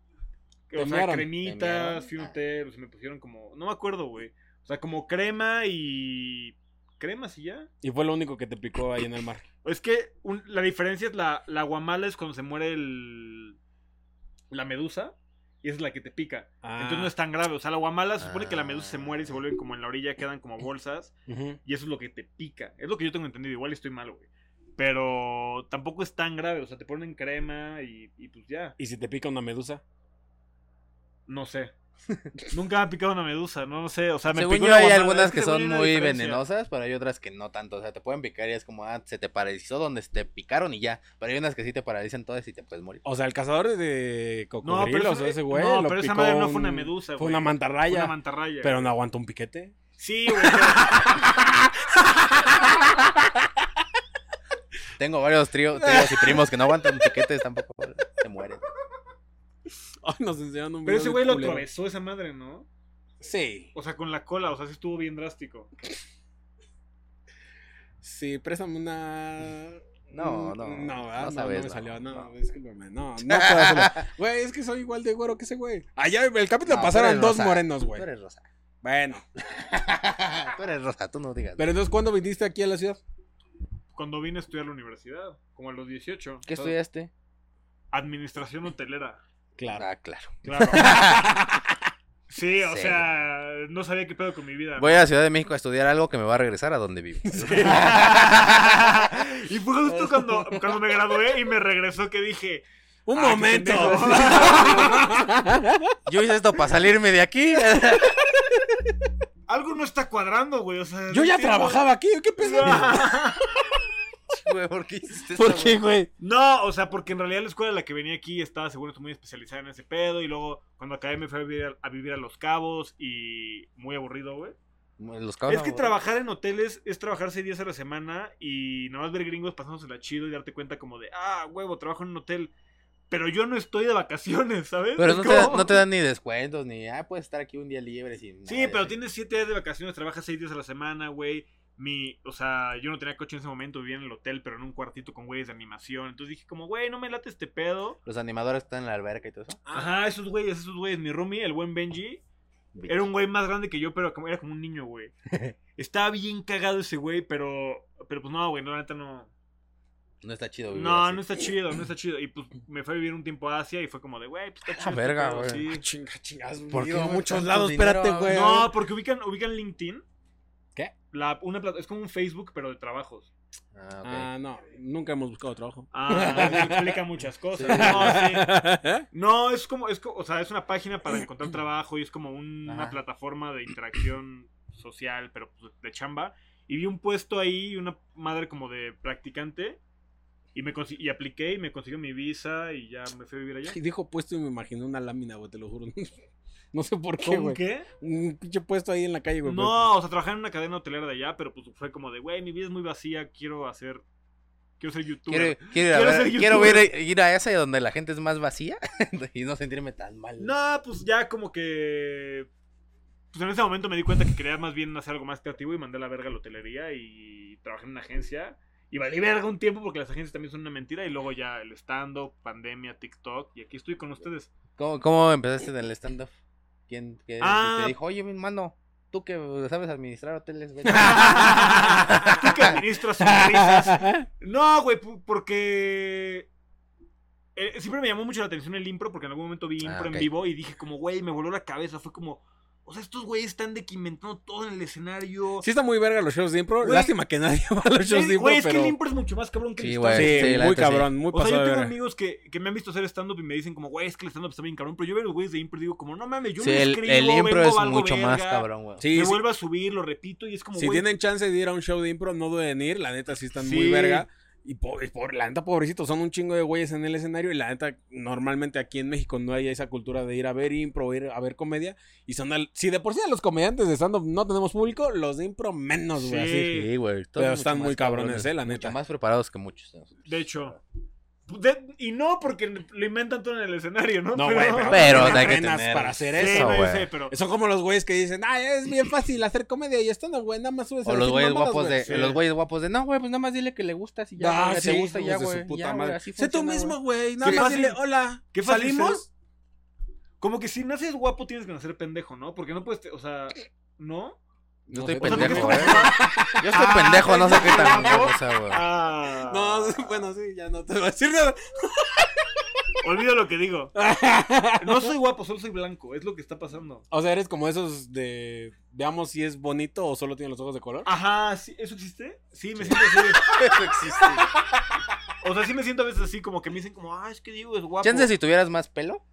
O sea, mearon. cremitas, filters, pues, me pusieron como. No me acuerdo, güey. O sea, como crema y. ¿Cremas y ya? Y fue lo único que te picó ahí en el mar. Es que un- la diferencia es la, la guamala es cuando se muere el, la medusa y esa es la que te pica. Ah. Entonces no es tan grave. O sea, la guamala se supone que la Ah. medusa se muere y se vuelve como en la orilla, quedan como bolsas Ujú. y eso es lo que te pica. Es lo que yo tengo entendido. Igual estoy malo, güey. Pero tampoco es tan grave. O sea, te ponen crema y, y pues ya. ¿Y si te pica una medusa? <laughs> No sé. Nunca me ha picado una medusa, no sé. O sea, me según picó yo una hay guamala, algunas es que según son yo hay una muy diferencia. venenosas, pero hay otras que no tanto. O sea, te pueden picar y es como, ah, se te paralizó donde te picaron y ya. Pero hay unas que sí te paralizan todas y te puedes morir. O sea, el cazador de No, cocodrilos, pero, o esa, ese güey. no, lo pero esa picó madre no fue una un- medusa, Fue güey. una mantarraya. Una mantarraya. Pero no aguantó un piquete. <laughs> Sí, güey. pero- Tengo varios <laughs> tríos, tíos y primos que no aguantan piquetes tampoco. Se mueren. <laughs> Ay, nos enseñaron un Pero video ese de güey lo culero. atravesó esa madre, ¿no? Sí. O sea, con la cola, o sea, sí estuvo bien drástico. Sí, préstame una. No, no, ah, Mm, No, ¿verdad? no no, sabes, no me no, salió. No, no. discúlpame. No, no puedo hacerlo. <laughs> Güey, es que soy igual de güero que ese güey. Allá el capítulo No, tú pasaron eres dos rosa, morenos, güey. Tú eres rosa. Bueno. Ah, tú eres rosa, tú no digas. Pero entonces, ¿cuándo viniste aquí a la ciudad? Cuando vine a estudiar a la universidad, como a los 18. ¿Qué O sea, estudiaste? <laughs> Administración hotelera. Ah, claro. Claro. Sí, o Sí. sea, no sabía qué pedo con mi vida. ¿no? Voy a Ciudad de México a estudiar algo que me va a regresar a donde vivo. y fue justo <laughs> cuando, cuando me gradué y me regresó que dije, ¡Un "Ah, qué momento! pendejo". Yo hice esto para salirme de aquí. algo no está cuadrando, güey. O sea, <laughs> Yo no ya entiendo. <laughs> trabajaba aquí, ¿qué pedo? Güey, ¿Por qué hiciste <laughs> ¿Por esto, qué, güey? güey? No, o sea, porque en realidad la escuela a la que venía aquí estaba seguro muy especializada en ese pedo. Y luego, cuando acabé, me fui a vivir a, a vivir a Los Cabos y muy aburrido, güey. Los cabos es que Ah, no- trabajar en hoteles es trabajar seis días a la semana y nada más ver gringos pasándosela chido y darte cuenta como de, ah, huevo, trabajo en un hotel. Pero yo no estoy de vacaciones, <laughs> ¿sabes? Pero Es no te, da- como- no te dan ni descuentos, ni, ah, puedes estar aquí un día libre. Sin <laughs> Sí, nada". pero tienes siete días de vacaciones, trabajas seis días a la semana, güey. Mi, o sea, yo no tenía coche en ese momento, vivía en el hotel, pero en un cuartito con güeyes de animación. Entonces dije como, güey, no me late este pedo. Los animadores que están en la alberca y todo eso. Ajá, esos güeyes, esos güeyes. Mi roomie, el buen Benji, era un güey más grande que yo, pero como- era como un niño, <laughs> güey. Estaba bien cagado ese güey, pero, pero pues no, güey, no, la neta no. No está chido vivir No, así. no está chido, no está chido. Y pues me fue a vivir un tiempo a Asia y fue como de, güey, pues está chido. este Ah, verga, pedo, güey. sí. Chinga, chingas, ¿Por qué, unido a güey, muchos tanto lados, dinero, espérate, güey? güey. No, porque ubican, ubican LinkedIn. ¿Qué? La, una, plat- es como un Facebook, pero <laughs> de trabajos. Ah, ok. Ah, no, nunca hemos buscado trabajo. Ah, eso explica muchas cosas. Sí. No, sí. No, es como, es co- o sea, es una página para encontrar trabajo y es como un- una Ajá. plataforma de interacción social, pero pues, de chamba. Y vi un puesto ahí, una madre como de practicante, y me consi- y apliqué y me consiguió mi visa y ya me fui a vivir allá. <laughs> Y dijo puesto y me imaginé una lámina, güey, te lo juro. <laughs> No sé por qué, ¿Cómo güey. qué? Un pinche puesto ahí en la calle, güey. <laughs> pues. No, o sea, trabajé en una cadena hotelera de allá, pero pues fue como de, güey, mi vida es muy vacía, quiero hacer, quiero ser youtuber. Quiero, quiero ir a Quiero ver- ser quiero youtuber. ir, ir a esa donde la gente es más vacía <laughs> y no sentirme tan mal. No, pues ya como que. Pues en ese momento me di cuenta que quería más bien hacer algo más creativo y mandé a la verga a la hotelería y trabajé en una agencia. Y valí verga un tiempo porque las agencias también son una mentira. Y luego ya el stand-up, pandemia, TikTok. Y aquí estoy <laughs> con ustedes. ¿Cómo, cómo empezaste en el stand-up? ¿Quién qué- Ah. te dijo, oye, mi hermano, tú que sabes administrar hoteles? vete". <laughs> Tú <laughs> que administras sonrisas. No, güey, pu- porque. eh, siempre me llamó mucho la atención el impro porque en algún momento vi impro Ah, ok. en vivo y dije, como, güey, me voló la cabeza. Fue como. O sea, estos güeyes están de que inventando todo en el escenario. Sí está muy verga los shows de impro. Güey. Lástima que nadie <laughs> va a los shows de Sí, impro, Güey, es que pero... el impro es mucho más cabrón que el Sí, stand-up. güey. la Sí, muy neta, Pues, sí. cabrón, muy O sea, pasado yo de tengo verga. amigos que, que me han visto hacer stand-up y me dicen como, güey, es que el stand-up está bien cabrón, pero yo veo los güeyes de impro y digo como, no mames, yo Sí, me el, escribo, el impro vengo, es valgo mucho más verga, cabrón, güey. Sí, Me sí. vuelvo a subir, lo repito y es como, Si güey, tienen chance de ir a un show de impro, no duden en ir. La neta sí están muy Sí. verga. Y po- y por, la neta, pobrecito, son un chingo de güeyes en el escenario. Y la neta, normalmente aquí en México no hay esa cultura de ir a ver impro, ir a ver comedia. Y son al- si de por sí a los comediantes de stand-up no tenemos público, los de impro menos, güey. así. Sí. Sí, güey. todos Pero mucho están más muy cabrones, eh, la mucho neta. más preparados que muchos. de nosotros. De hecho. de- y no porque lo inventan todo en el escenario, ¿no? No, güey, pero, Pero ¿cómo hay que entrenas tener- para hacer <laughs> Sí, eso. no, yo güey. sé, pero. Son como los güeyes que dicen, ah, es <clears throat> bien fácil hacer comedia y stand-up, güey, nada más subes a O los decir güeyes mamadas, guapos güey". de, sí. los güeyes guapos de, no, güey, pues nada más dile que le gustas y ya, Ah, güey, sí, te gusta y ya, hijos de su güey. puta ya, güey, madre. así Sé tú funciona, mismo, güey. güey. Nada Qué más fácil- dile, hola. qué fácil ¿Salimos? Como que si naces guapo tienes que nacer pendejo, ¿no? porque no puedes. te- O sea, ¿no? Yo <laughs> estoy sé, O sea, pendejo, porque güey. Yo estoy pendejo, no sé qué tan Ah, pendejo. cosa, güey. Ah. <laughs> No, bueno, sí, ya no te voy a decir nada. Olvido lo <laughs> que digo. No soy guapo, solo soy blanco. Es lo que está pasando. O sea, eres como esos de. Veamos si es bonito o solo tiene los ojos de color. Ajá, ¿sí? ¿eso existe? Sí, me siento así. <laughs> Eso existe. O sea, sí me siento a veces así, como que me dicen como, ah, es que Diego es guapo. Chance si tuvieras más pelo.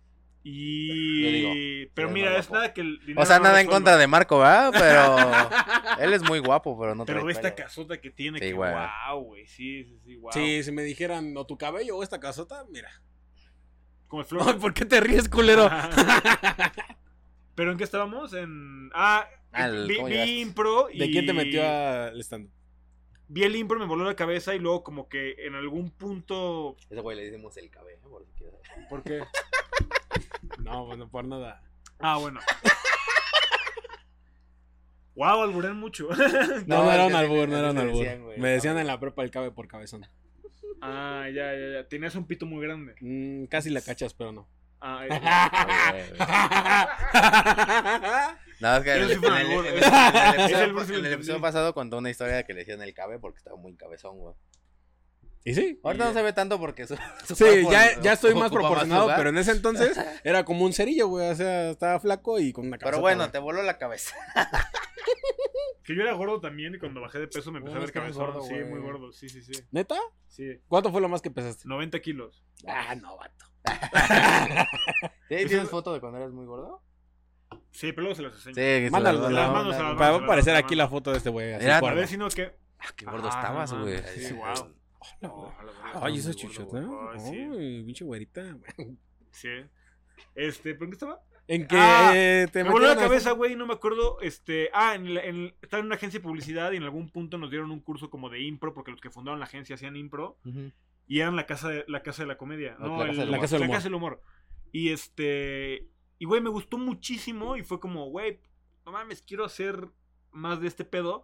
Yo Y... digo, Pero eres mira, más es guapo. nada que el dinero O sea, no nada en resuelva. contra de Marco, <laughs> ¿verdad? Pero él es muy guapo, pero no Pero trae ve esta pelo. casota que tiene, Sí, que güey. guau, güey. Sí, sí, sí, guau. Sí, si me dijeran o tu cabello o esta casota, mira. <laughs> Como el Ay, flor. ¿por qué te ríes, culero? Pero ¿en qué estábamos? En... Ah, Ah, el- vi, ¿cómo vi llegaste? impro y... ¿De quién te metió al stand? Vi el impro, me voló la cabeza y luego como que en algún punto... Ese güey le decimos el cabello, por si <laughs> quieres. ¿Por qué? <laughs> No, bueno, por nada. Ah, bueno. Wow, alburé mucho. No, No, no, era es un que así- albur, no así era un te albur. decían, güey. me decían en la prepa el cabe por cabezón. ah, ya, ya, ya. Tenías un pito muy grande. Mm, casi la cachas, pero no. Ah, <laughs> Nada más que en el, Eso sí fue un en el- albur. en el- en el Es el episodio, Bruce en el Willis. episodio pasado contó una historia que le decían el cabe porque estaba muy cabezón, güey. ¿Y sí? Ahorita no se ve tanto porque su, su Sí, cuerpo ya, ya estoy ocupa más proporcionado, lugar. pero en ese entonces era como un cerillo, güey. O sea, estaba flaco y con una cabeza. Pero bueno, te voló la cabeza. Que yo era gordo también y cuando bajé de peso me empecé No, a es ver que eres cabezón. gordo, sí, güey. muy gordo. Sí, sí, sí. ¿Neta? Sí. ¿Cuánto fue lo más que pesaste? 90 kilos. Ah, no, vato. <laughs> <laughs> ¿Sí, ¿Tienes foto de cuando eras muy gordo? Sí, pero luego se las enseño. Sí, Mándalo, se la- la- mándalo, la- se la- Va a aparecer aquí la foto de este güey. así, Era- A por- ver si no, que. Ah, qué gordo Ah, estabas, no güey. mames, sí, guau. No, a la verga, Ay, muy esa gordo, chuchota. güey. Ay, sí. Ay, pinche güerita. Sí. Este, ¿pero en qué estaba? En que Ah, eh, te Me voló la metieron a- cabeza, güey, no me acuerdo. Este, ah, en la- en- estaba en una agencia de publicidad y en algún punto nos dieron un curso como de impro, porque los que fundaron la agencia hacían impro Ujú. y eran la casa de la, casa de la comedia. La- No, la el- Casa del la Humor. casa del humor. Y este, y güey, me gustó muchísimo y fue como, güey, no mames, quiero hacer más de este pedo.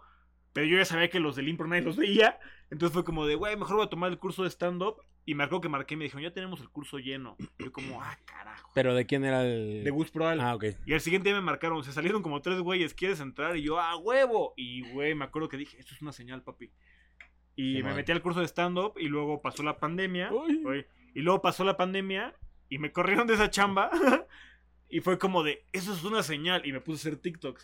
Pero yo ya sabía que los del impro nadie los veía. Entonces fue como de, güey, mejor voy a tomar el curso de stand-up. Y me acuerdo que marqué y me dijeron, ya tenemos el curso lleno. Yo como, ah, carajo. Pero de quién era el. De Gus Proal. Ah, ok. Y al siguiente día me marcaron, se salieron como tres güeyes, ¿quieres entrar? Y yo, ¡a huevo! Y güey, me acuerdo que dije, esto es una señal, papi. Y me Simón. metí al curso de stand-up y luego pasó la pandemia. Uy. Uy. Y luego pasó la pandemia y me corrieron de esa chamba. <laughs> y fue como de, eso es una señal. Y me puse a hacer TikToks.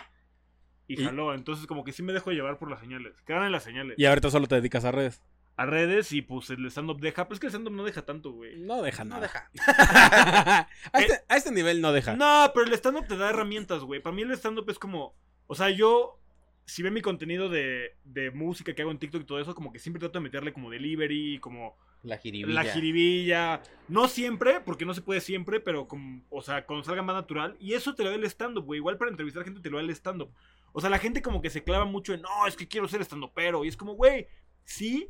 Y ¿Y? jaló, entonces como que sí me dejo llevar por las señales. Quedan en las señales. Y ahorita solo te dedicas a redes. A redes y pues el stand-up deja. Pero es que el stand-up no deja tanto, güey. No deja nada. deja. a, este, a este nivel no deja. No, pero el stand-up te da herramientas, güey. Para mí el stand-up es como. O sea, yo. Si ven mi contenido de, de música que hago en TikTok y todo eso, como que siempre trato de meterle como delivery, como La jiribilla. la jiribilla. No siempre, porque no se puede siempre, pero como, o sea, cuando salga más natural. Y eso te lo da el stand-up, güey. Igual para entrevistar gente te lo da el stand-up. O sea, la gente como que se clava mucho en, no, es que quiero ser stand pero Y es como, güey, sí,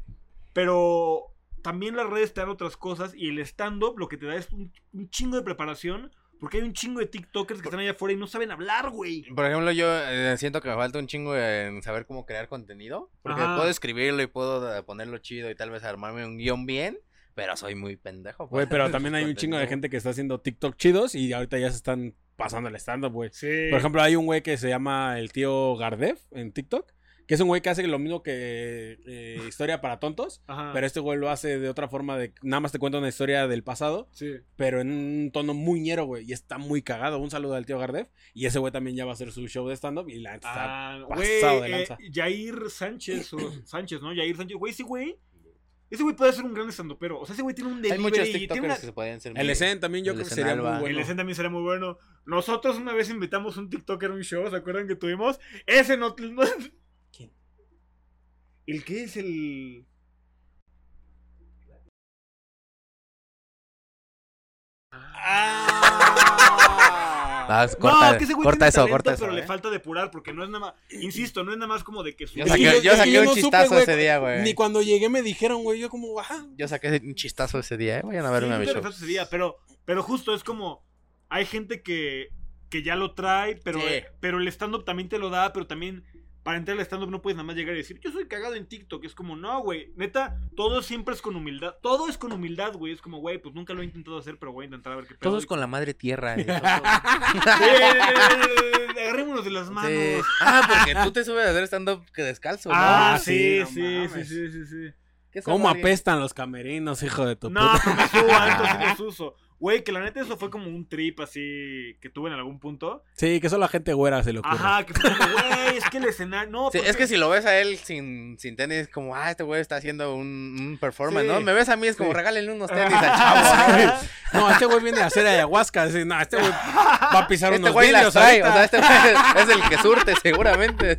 pero también las redes te dan otras cosas. Y el stand-up lo que te da es un, un chingo de preparación. Porque hay un chingo de TikTokers que están allá afuera y no saben hablar, güey. Por ejemplo, yo eh, siento que me falta un chingo en saber cómo crear contenido. Porque Ajá. puedo escribirlo y puedo eh, ponerlo chido y tal vez armarme un guión bien. Pero soy muy pendejo. Güey, para <laughs> pero hacer también hay un chingo de contenido. gente que está haciendo TikTok chidos y ahorita ya se están pasando al stand-up, güey. Sí. Por ejemplo, hay un güey que se llama el tío Gardef en TikTok, que es un güey que hace lo mismo que eh, Historia para Tontos, Ajá. pero este güey lo hace de otra forma, de nada más te cuenta una historia del pasado, Sí. pero en un tono muy ñero, güey, y está muy cagado. Un saludo al tío Gardef, y ese güey también ya va a hacer su show de stand-up y la neta está... Ah, pasado de güey, eh, lanza. Jair Sánchez, o <clears throat> Sánchez, ¿no? Jair Sánchez, güey, ese güey, ese güey puede ser un gran estandopero. O sea, ese güey tiene un Hay muchos delivery. TikTokers Tiene una... que se podían ser. El muy- escen también yo El creo que Esen sería Alba. muy El bueno. escena también será muy bueno. Nosotros una vez invitamos un TikToker a un show, ¿se acuerdan que tuvimos? Ese no... no- ¿Quién? ¿El qué es el...? ¡Ah! Vas, corta, es que ese güey corta tiene eso, talento, corta eso. Pero le ¿eh? falta depurar porque no es nada más. Insisto, no es nada más como de que su. Yo Es que saqué, yo es que saqué yo un no supe, chistazo güey, ese día, güey. Ni cuando llegué me dijeron, güey, yo como, ajá. Yo saqué un chistazo ese día, ¿eh? Vayan a verme Sí, a mi tiene show. efectos ese día, pero, pero justo es como. Hay gente que, que ya lo trae, pero, Sí. pero el stand-up también te lo da, pero también. Para entrar al stand-up no puedes nada más llegar y decir, yo soy cagado en TikTok. Es como, no, güey. Neta, todo siempre es con humildad. Todo es con humildad, güey. Es como, güey, pues nunca lo he intentado hacer, pero voy a intentar a ver qué pedo. Todos con la madre <laughs> tierra. eh. Eh, Agarrémonos de las manos. Sí. Ah, porque tú te subes a hacer stand-up que descalzo, ¿no? Ah, Ah, sí, sí, no sí, sí, mames. sí, sí, sí. ¿Qué esa ¿Cómo madre? apestan los camerinos, hijo de tu No, puta? pero me subo alto, sí me suso. Güey, que la neta eso fue como un trip así que tuve en algún punto. Sí, que solo a gente güera se le ocurre. Ajá, que fue como, güey, es que el escenario. No, pues Sí, porque- pues es que si lo ves a él sin, sin tenis, como, ah, este güey está haciendo un, un performance, Sí. ¿no? Me ves a mí, es como, Sí. regálenle unos tenis <laughs> al <laughs> chavo, ¿no? No, este güey viene a hacer ayahuasca. Así, no, este güey va a pisar Este unos güey las vidrios trae, ahorita. o sea, este <laughs> güey es el que surte, <laughs> seguramente.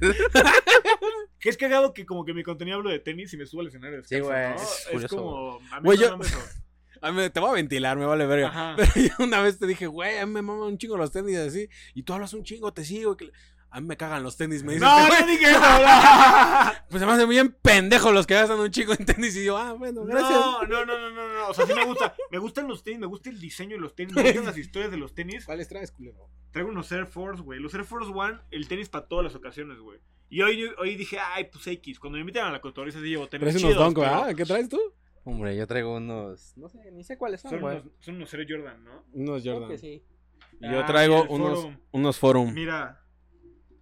Que es cagado que como que mi contenido hablo de tenis y me subo al escenario. descalzo, Sí, güey, ¿no? es Es, curioso, como. A mí Güey, no yo- <laughs> me eso. A mí, te voy a ventilar, me vale verga. <laughs> Ajá. Pero yo una vez te dije, güey, a mí me maman un chingo los tenis así. Y tú hablas un chingo, te sigo. que le- A mí me cagan los tenis, me dicen. No, "Güey, no dije <laughs> eso, no. Pues se me hacen bien pendejos los que gastan un chingo en tenis. Y yo, ah, bueno, gracias. No, no, no, no, no, no. O sea, sí me gusta. Me gustan los tenis, me gusta el diseño de los tenis, me gustan las historias de los tenis. ¿Cuáles traes, culero? Traigo unos Air Force, güey. Los Air Force One, el tenis para todas las ocasiones, güey. Y hoy, hoy dije, ay, pues X. Cuando me invitan a la cotorriza, sí llevo tenis Traes unos chidos. donk, pero ¿verdad? ¿Qué traes tú? Hombre, yo traigo unos, no sé, ni sé cuáles son, Son güey. unos, son unos Air Jordan, ¿no? Unos Creo que Jordan. sí. Y yo Ah, traigo mira, el unos, Forum. unos Forum. Mira.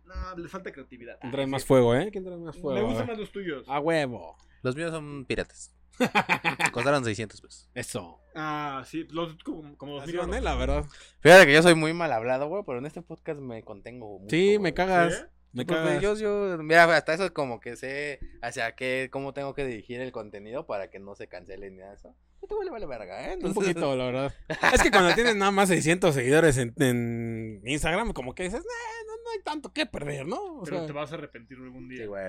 No, le falta creatividad. Trae más Ah. fuego, ¿eh? ¿Quién trae más fuego? Ah, Me A gustan ver. más los tuyos. A huevo. Los míos son <laughs> piratas. Costaron 600 pesos. Eso. Ah, sí, los como, como los Así míos, van, ¿no? eh, la verdad. Fíjate que yo soy muy mal hablado, güey, pero en este podcast me contengo mucho. Sí, me güey. cagas. ¿Sí? eh? Pues, Me Porque cagas. yo, Pues, yo, mira, güey, hasta eso es como que sé hacia qué, cómo tengo que dirigir el contenido para que no se cancele ni nada de eso. Este güey le vale verga, ¿eh? Un Entonces- poquito, la <laughs> verdad. Es que cuando tienes nada más 600 seguidores en, en Instagram, como que dices, "Nah, no, no hay tanto que perder, ¿no? O Pero sea, te vas a arrepentir algún día. <laughs> Sí, güey.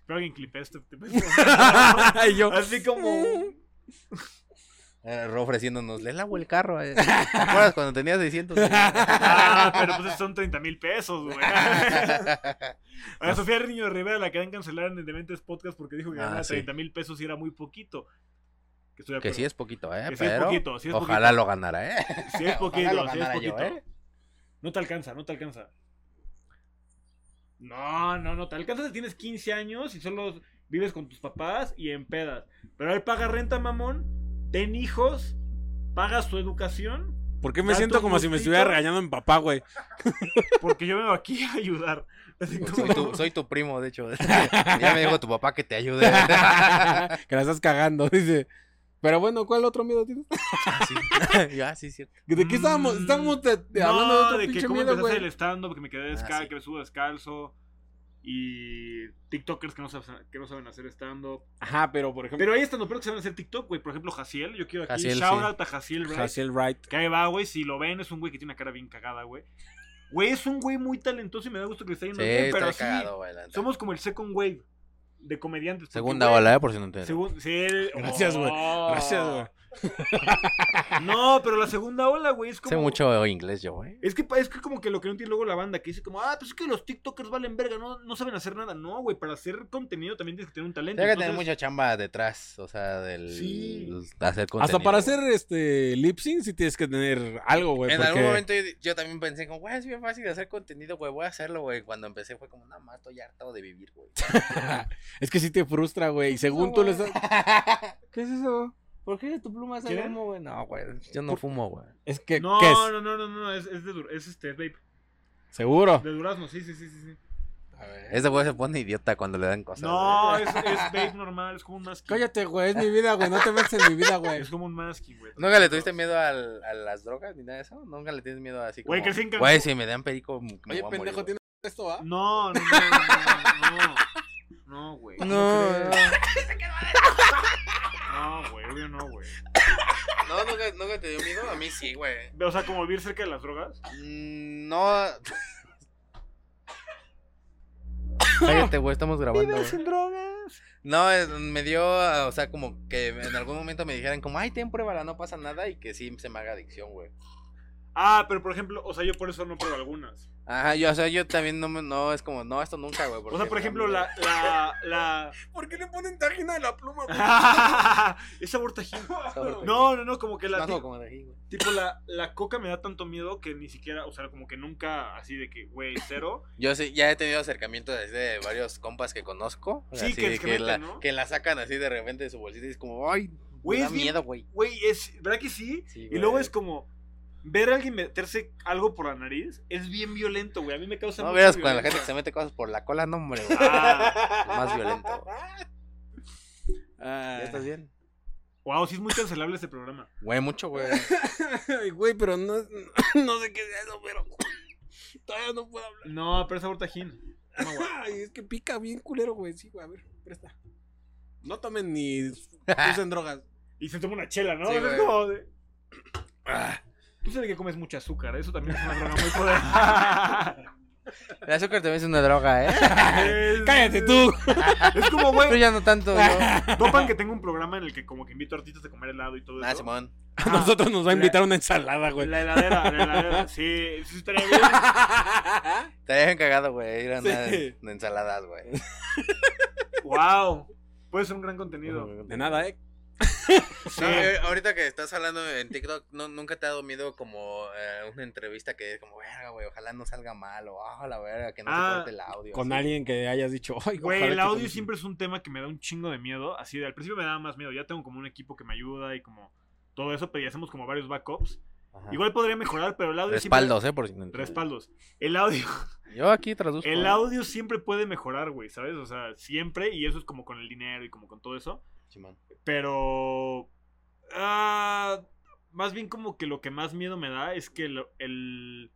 Espero que en clipe este. <laughs> <laughs> Y yo, Así como. Eh, Ro ofreciéndonos, le lavo el carro. <laughs> eh. ¿Te acuerdas cuando tenía 600? Ah, pero pues son 30 mil <laughs> pesos, güey. A Sofía Riño de Rivera la querían cancelar en el Dementes Podcast porque dijo que Ah, ganaba sí. 30 mil pesos y era muy poquito. Que, estoy de que acuerdo. sí es poquito, ¿eh? Que sí es pero poquito, sí es ojalá lo ganara, ¿eh? poquito. Sí es <laughs> poquito, Ojalá lo sí es ganara yo, poquito. ¿eh? No te alcanza, no te alcanza. No, no, no te alcanza si tienes 15 años y solo vives con tus papás y en pedas. Pero él paga renta, mamón. Ten hijos, paga su educación. ¿por qué me Tanto siento como si me gustito. estuviera regañando en papá, <laughs> güey? Porque yo vengo aquí a ayudar. Así Pues como- soy, tu, soy tu primo, de hecho. <laughs> ya me dijo tu papá que te ayude. <laughs> que la estás cagando, dice. Pero bueno, ¿cuál otro miedo tienes? Sí. <laughs> Yo, ah, sí, cierto. ¿De qué estábamos? Mm, Estábamos de- de- <laughs> no, hablando de otro de que pinche cómo miedo, empecé a güey. hacer el stand-up, que me quedé descalzo, Ah, sí. que me subo descalzo. Y TikTokers que no, sab- que no saben hacer stand-up. Ajá, pero por ejemplo, Pero hay stand que saben hacer TikTok, güey. Por ejemplo, Jaciel. Yo quiero aquí. Jaciel, shout sí. out a Jaciel, Wright, Haciel Wright. Que ahí va, güey. Si lo ven, es un güey que tiene una cara bien cagada, güey. Güey, es un güey muy talentoso y me da gusto que le esté Sí, yendo bien. está Pero así, cagado, güey. la neta. somos como el second wave de comediantes. porque, Segunda güey, ola, ¿eh? Por si no entiendes. segun- sí, el- <laughs> Gracias, güey. Oh. Gracias, güey. No, pero la segunda ola, güey, es como. Sé mucho inglés yo, ¿eh? güey. Es que, pa- es que como que lo que no entiende luego la banda, que dice como, ah, pues es que los TikTokers valen verga, no, no saben hacer nada. No, güey, para hacer contenido también tienes que tener <laughs> un talento. Tiene que tener entonces- mucha chamba detrás, o sea, del Sí. hacer contenido. Hasta para güey. hacer este lip sync sí tienes que tener algo, güey. En porque- algún momento yo, yo también pensé, como, güey, es bien fácil hacer contenido, güey, voy a hacerlo, güey. Cuando empecé fue como, nada más estoy harto de vivir, <laughs> güey. <laughs> Es que sí te frustra, güey. Y según tú le estás. ¿Qué es eso? ¿Por qué tu pluma sale sale humo, güey? No, güey, yo no fumo, güey. Es que, No, ¿qué es? no, no, no, no, es, es de dur- es este, es vape. Seguro. De durazno, sí, sí, sí, sí. sí. A ver. Ese güey se pone idiota cuando le dan cosas. No, güey. es, es vape normal, es como un masking. Cállate, güey. Es mi vida, güey. No te metas en mi vida, <laughs> güey. Es como un masking, güey. ¿Nunca le tuviste miedo al- a las drogas ni nada de eso? ¿Nunca le tienes miedo así como... Güey, que sí en Cancún- Güey, si me dan perico, me voy a morir, güey. ¿tienes esto, ah? va? No, no, no, no, no, no. No, güey. No, ¿Cómo crees? No, güey, obvio no, güey. no, nunca, nunca te dio miedo. A mí sí, güey. O sea, como vivir cerca de las drogas. Mm, <laughs> No. Cállate, güey, estamos grabando. güey. drogas? No, es- me dio, ah, o sea, como que en algún momento me dijeran como, ay, ten pruébala, no pasa nada y que sí se me haga adicción, güey. Ah, pero por ejemplo, o sea, yo por eso no pruebo algunas. Ajá, yo, o sea, yo también no, me- no es como, no, esto nunca, güey. O porque pues, sea, por me da ejemplo, miedo. la, la, la, ¿Por qué le ponen tajina de la pluma? <laughs> güey? <laughs> es sabor <laughs> tajín. Sabor tajín. No, no, no, como que la. Más ti- como como de aquí, güey. Tipo, la, la coca me da tanto miedo que ni siquiera, o sea, como que nunca así de que, güey, cero. Yo sí, ya he tenido acercamientos así de varios compas que conozco. Sí, así que de es que que, meten, la, ¿no? que la sacan así de repente de su bolsita y es como, ay, me Güey, da es bien- miedo, güey. Güey, es, ¿verdad que sí? Sí, Y güey. luego es como ver a alguien meterse algo por la nariz, es bien violento, güey. A mí me causa No mucha veas cuando la gente violencia. que se mete cosas por la cola, no, hombre. güey. ¿eh? Ah, Más <laughs> violento. güey. Ah. ¿Ya estás bien? wow, sí es muy cancelable este programa. Güey, mucho, güey. <laughs> Ay, güey, pero no, <laughs> es- no sé qué es eso, pero <laughs> todavía no puedo hablar. No, pero es sabor tajín. Toma, güey. <laughs> Ay, es que pica bien culero, güey. Sí, güey, a ver, presta. No tomen <laughs> ni usen drogas. Y se toma una chela, ¿no? Sí, O sea, es güey. como de- Ah, Tú sabes que comes mucho azúcar, eso también es una droga <laughs> muy poderosa. El azúcar también es una droga, <laughs> ¿eh? Es- <laughs> Cállate <laughs> tú. Es como, Pero <laughs> güey, ya no <laughs> Ah, tanto, ¿no? dopan que tengo un programa en el que como que invito a artistas a comer helado y todo Ah, eso. Simón. A nosotros nos va a invitar una ensalada, güey. La heladera, la heladera. Sí, sí estaría <laughs> bien. Estaría bien cagado, güey, ir a una Sí. de ensaladas, <laughs> güey. Wow. Puede ser un gran Ah, contenido. <laughs> De nada, eh. No, eh, ahorita que estás hablando en TikTok, ¿no, ¿nunca te ha dado miedo como eh, una entrevista que es como, verga, güey, ojalá no salga mal o, ah, la verga, que no Ah, se corte el audio? Con así? alguien que hayas dicho, ay, Güey, ojalá el que audio con- siempre es un tema que me da un chingo de miedo. Así de al principio me daba más miedo. Ya tengo como un equipo que me ayuda y como todo eso, pero ya hacemos como varios backups. Ajá. Igual podría mejorar, pero el audio Respaldos, ¿eh? Por si no siempre. Respaldos. El audio, Yo aquí traduzco. el ¿eh? audio siempre puede mejorar, güey, ¿sabes? O sea, siempre, y eso es como con el dinero y como con todo eso. Simón. Pero. ah, más bien, como que lo que más miedo me da es que el. el-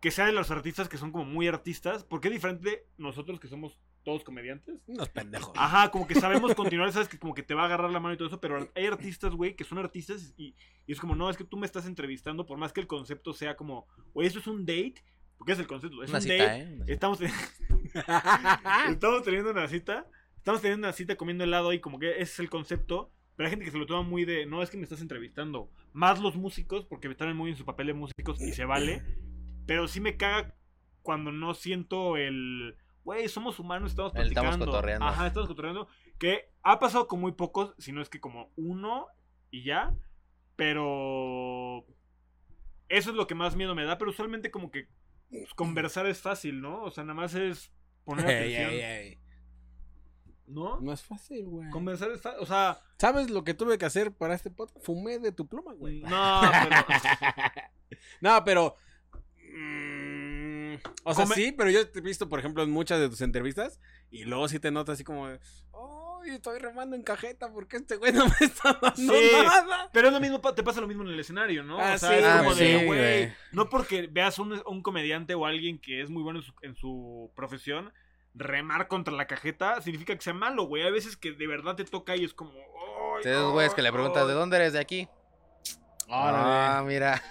que sea de los artistas que son como muy artistas. Porque es diferente de nosotros que somos todos comediantes. Unos pendejos. Ajá, como que sabemos continuar, sabes que como que te va a agarrar la mano y todo eso, pero hay artistas, güey, que son artistas y, y es como, no, es que tú me estás entrevistando, por más que el concepto sea como, güey, eso es un date, porque es el concepto, es Una un cita, date, ¿eh? Una cita. estamos, <laughs> Ah. estamos teniendo una cita, estamos teniendo una cita comiendo helado y como que ese es el concepto, pero hay gente que se lo toma muy de, no, es que me estás entrevistando, más los músicos, porque están muy en su papel de músicos y se vale, pero sí me caga cuando no siento el, güey, somos humanos, estamos El platicando. estamos cotorreando. Ajá, estamos cotorreando, que ha pasado con muy pocos, si no es que como uno y ya, pero... Eso es lo que más miedo me da, pero usualmente como que pues, conversar es fácil, ¿no? O sea, nada más es <laughs> poner Ey, atención. ey, ey. ¿No? No es fácil, güey. Conversar es fácil. O sea, ¿Sabes lo que tuve que hacer para este podcast? Fumé de tu pluma, güey. no, pero. no, pero. mm, o sea, Come- sí, pero yo te he visto, por ejemplo, en muchas de tus entrevistas. Y luego sí te notas así como. de, ¡Ay, estoy remando en cajeta! Porque este güey no me está dando Sí. nada. Pero es lo mismo, pa- te pasa lo mismo en el escenario, ¿no? Ah, o sea, sí, es güey. como Ah, de, sí, güey. pues güey. No porque veas un, un comediante o alguien que es muy bueno en su, en su profesión, remar contra la cajeta significa que sea malo, güey. Hay veces que de verdad te toca y es como. "Ay, Entonces, esos güeyes que le preguntas, ay". ¿de dónde eres? ¿De aquí? Órale. Ah, mira.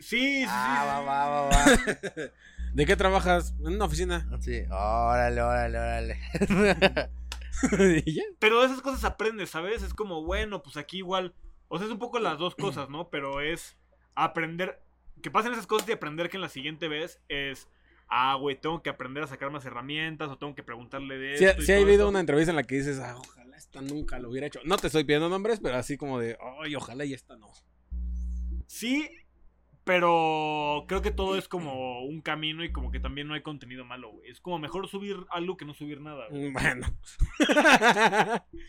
Sí, sí, sí. Ah, va, sí. va, va, va. ¿De qué trabajas? En una oficina. <laughs> Sí, órale, órale, órale. ¿Y ya? Pero de esas cosas aprendes, ¿sabes? Es como, bueno, pues aquí igual. O sea, es un poco las dos cosas, ¿no? Pero es aprender. Que pasen esas cosas y aprender que en la siguiente vez es. Ah, güey, tengo que aprender a sacar más herramientas o tengo que preguntarle de Sí, esto. y sí ha todo habido eso. una entrevista en la que dices, ah, ojalá esta nunca lo hubiera hecho. No te estoy pidiendo nombres, pero así como de, ay, ojalá y esta no. <laughs> Sí, pero creo que todo es como un camino y como que también no hay contenido malo, güey. Es como mejor subir algo que no subir nada, güey. Mm, <laughs> Bueno. <laughs>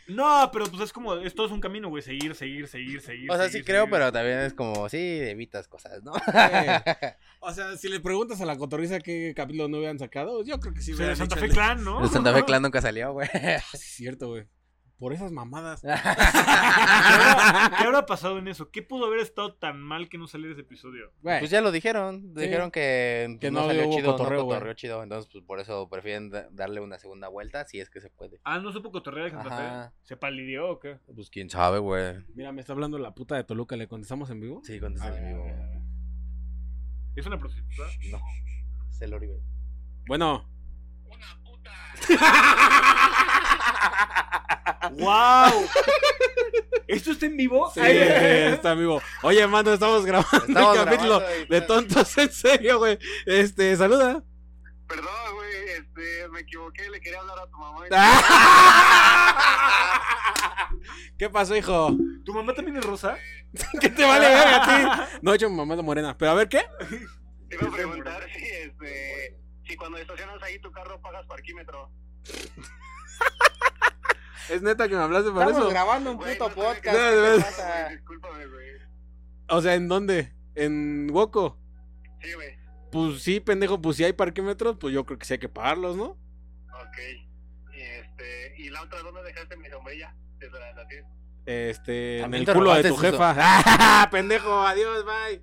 No, pero pues es como. Es todo es un camino, güey. Seguir, seguir, seguir, seguir. <laughs> O sea, sí seguir, creo, seguir. pero también es como, sí, evitas cosas, ¿no? <laughs> Sí. o sea, si le preguntas a la cotorriza qué capítulo no habían sacado, yo creo que sí. O sea, hubieran de Santa dicho Fe el- Clan, ¿no? El <laughs> Santa Fe <laughs> Clan nunca salió, güey. Ah, <laughs> sí, es cierto, güey. Por esas <laughs> mamadas. ¿Qué habrá, qué habrá pasado en eso? ¿Qué pudo haber estado tan mal que no saliera ese episodio? Güey, Pues ya lo dijeron, Sí. dijeron que, Que no, no salió hubo chido, cotorreo, no güey. cotorreó chido, entonces pues por eso prefieren da- darle una segunda vuelta si es que se puede. Ah, no supo cotorrear de Santa Ajá. Fe. ¿Se palidió o qué? Pues quién sabe, güey. mira, me está hablando la puta de Toluca. ¿Le contestamos en vivo? Sí, cuando A estén en ver, vivo. a ver, a ver. ¿Es una prostituta? güey. No, es el Oribe. Bueno. Ah. ¡Wow! <laughs> ¿Esto está en vivo? Sí, Ay, <laughs> está vivo. Oye, mano, <laughs> estamos grabando Estamos el capítulo grabando y- pues, de tontos en serio, güey. Este, saluda. Perdón, güey, este, me equivoqué, le quería hablar a tu mamá. <laughs> ¿Qué pasó, hijo? ¿Tu mamá también es <laughs> rosa? ¿Qué te vale ver a <laughs> ti? No, de hecho, mi mamá es la morena. Pero a ver, ¿qué? Te iba a preguntar si, este, si cuando estacionas ahí tu carro pagas parquímetro. Es neta que me hablaste para Estamos eso. grabando un Güey, puto no sé podcast. qué- ¿qué <laughs> Güey, te pasa? Güey, discúlpame, güey. O sea, ¿en dónde? ¿En Woco? Sí, güey. Pues sí, pendejo, pues si hay parquímetros, pues yo creo que sí hay que pagarlos, ¿no? Ok. Y, este, y la otra, ¿dónde dejaste mi sombrilla? Desde la nación. Este, en También el te culo de robaste tu su so- jefa. <laughs> pendejo, adiós, bye.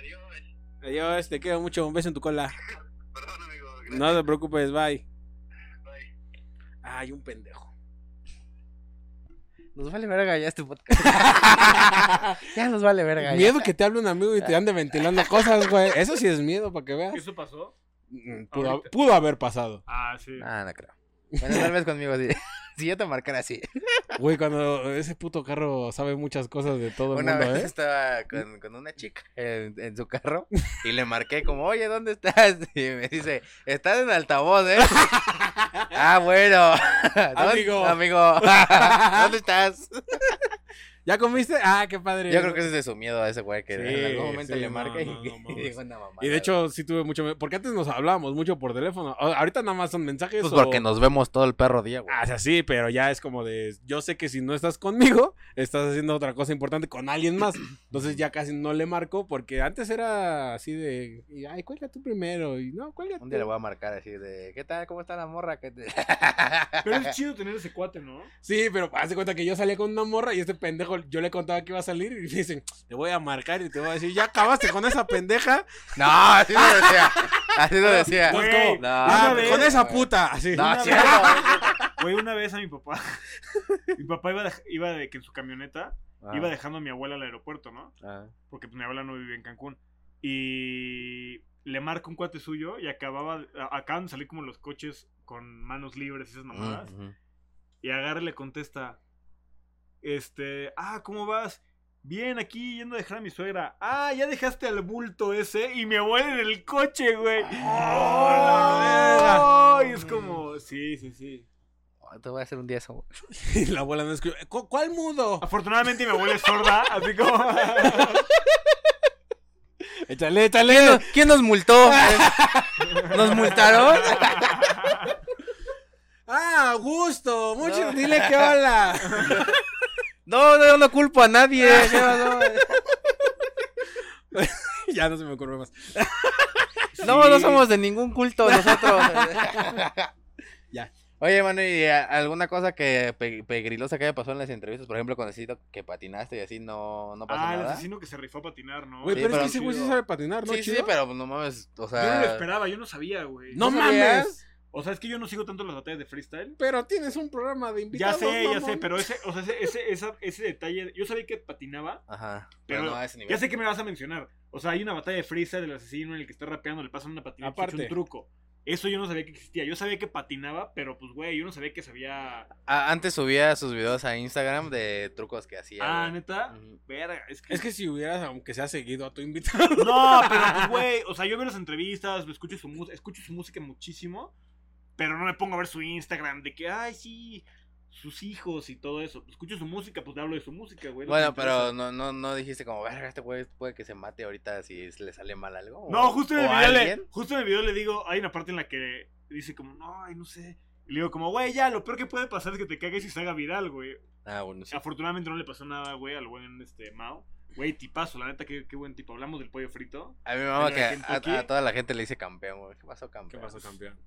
Adiós, güey. Adiós, te quiero mucho, un beso en tu cola. Perdón, amigo. Gracias. No te preocupes, bye. Bye. Ay, un pendejo. Nos vale verga ya este podcast. ya nos vale verga. ya. miedo que te hable un amigo y te ande ventilando cosas, güey. Eso sí es miedo, para que veas. <laughs> ¿Eso pasó? Mm, Pudo, Ahorita. pudo haber pasado. Ah, sí. Ah, no creo. Bueno, tal vez conmigo sí. <laughs> si yo te marcara así. Güey, cuando ese puto carro sabe muchas cosas de todo el Una mundo, vez ¿eh? estaba con, con una chica <laughs> en, en su carro y le marqué como, oye, ¿dónde estás? <laughs> Y me dice, estás en altavoz, <laughs> ¿eh? ah, bueno. ¿Dó- Amigo. <laughs> Amigo. ¿Dónde estás? ¿Ya comiste? Ah, qué padre. Yo creo que ese es de su miedo a ese güey que Sí, en algún momento sí, le no, marca <laughs> y- no, no y, mames. dijo una mamada. Y de hecho, sí tuve mucho. miedo, Porque antes nos hablábamos mucho por teléfono. A- Ahorita nada más son mensajes. Pues o- porque nos vemos todo el perro día, güey. Ah, o sea, sí, pero ya es como de. Yo sé que si no estás conmigo, <laughs> estás haciendo otra cosa importante con <clears throat> alguien más. Entonces ya casi no le marco. Porque antes era así de. y, Ay, cuelga tú primero. Y no, cuelga tú. Un día le voy a marcar así de, ¿qué tal? ¿Cómo está la morra? <laughs> ¿Qué te- Pero es chido tener ese cuate, ¿no? Sí, pero haz de cuenta que yo salía con una morra y este pendejo, yo le contaba que iba a salir y me dicen, te voy a marcar y te voy a decir, ya acabaste con <laughs> esa pendeja. No, así lo decía. Así lo decía. Pues, Güey, ¿cómo? no, Ah, vez, con esa güey. puta. Así. No, <laughs> Ah. Una sí, vez. no, güey. Güey, una vez a mi papá. <laughs> mi papá iba, dej- iba de que en su camioneta Ah, iba dejando a mi abuela al aeropuerto, ¿no? ah. Porque pues, mi abuela no vive en Cancún. Y le marca un cuate suyo y acababa, a- acaban de salir como los coches con manos libres y esas mamadas. Ujú. Y agarra y le contesta. Este, ah, ¿cómo vas? Bien, aquí yendo a dejar a mi suegra. Ah, ya dejaste al bulto ese y mi abuela en el coche, güey. ¡Ah, la Ah, ¡Oh, la verga! verga! Y es como, sí, sí, sí. Oh, Te voy a hacer un día eso. güey. Y la abuela no escucha. "¿Cu- ¿Cuál <laughs> mudo? Afortunadamente mi abuela es sorda, así como... Échale, échale. Eh, ¿Quién nos <laughs> multó? <laughs> Eh, ¿Nos <laughs> multaron? Ah, gusto. Mucho, No. dile que hola. <laughs> No, no, no culpo a nadie. <laughs> No, no. ya no se me ocurre más. No, Sí. no somos de ningún culto <laughs> nosotros. Ya. Oye, mano, ¿y a- alguna cosa que pe- pegrilosa que haya pasado en las entrevistas? Por ejemplo, cuando necesito que patinaste y así no, no pasó Ah, el nada. asesino que se rifó a patinar, ¿no? Güey, Sí, pero es pero que ese güey sí chido. sabe patinar, ¿no? sí, sí, Chido. pero pues, no mames, o sea... Yo no lo esperaba, yo no sabía, güey. No ¿No mames. sabías? O sea, es que yo no sigo tanto las batallas de freestyle. Pero tienes un programa de Ya invitados. sé, ya Pues mamón. sé, pero ese, o sea, ese, ese, esa- ese detalle, yo sabía que patinaba, Ajá, pero, pero no a ese nivel. ya sé que me vas a mencionar. O sea, hay una batalla de freestyle del asesino en el que está rapeando, le pasan una patinada, y se echa Aparte. un truco. Eso yo no sabía que existía. Yo sabía que patinaba, pero pues, güey, yo no sabía que sabía. A- Ah, antes subía sus videos a Instagram de trucos que hacía. Ah, güey. neta. Ujú. Verga, es que. Es que si hubieras, aunque sea seguido a tu invitado. <laughs> No, pero <laughs> pues, güey, o sea, yo veo las entrevistas, escucho su, mu- escucho su música muchísimo, pero no me pongo a ver su Instagram de que, ay, sí, sus hijos y todo eso. Escucho su música, pues te hablo de su música, güey. lo que Bueno, me pero interesa. no, no, no dijiste como, verga, este güey puede que se mate ahorita si es- le sale mal algo. o- No, justo en, el o video le, alguien. justo en el video le digo, hay una parte en la que dice como, no, ay, no sé. Y le digo como, güey, ya, lo peor que puede pasar es que te cagues y se haga viral, güey. Ah, bueno, sí. Afortunadamente no le pasó nada, güey, al buen este Mao. Güey, tipazo, la neta, qué, qué buen tipo. Hablamos del pollo frito. A mi mamá Pero que aquí en a, Turquía- a toda la gente le dice campeón, güey. ¿Qué pasó, campeón? campeón?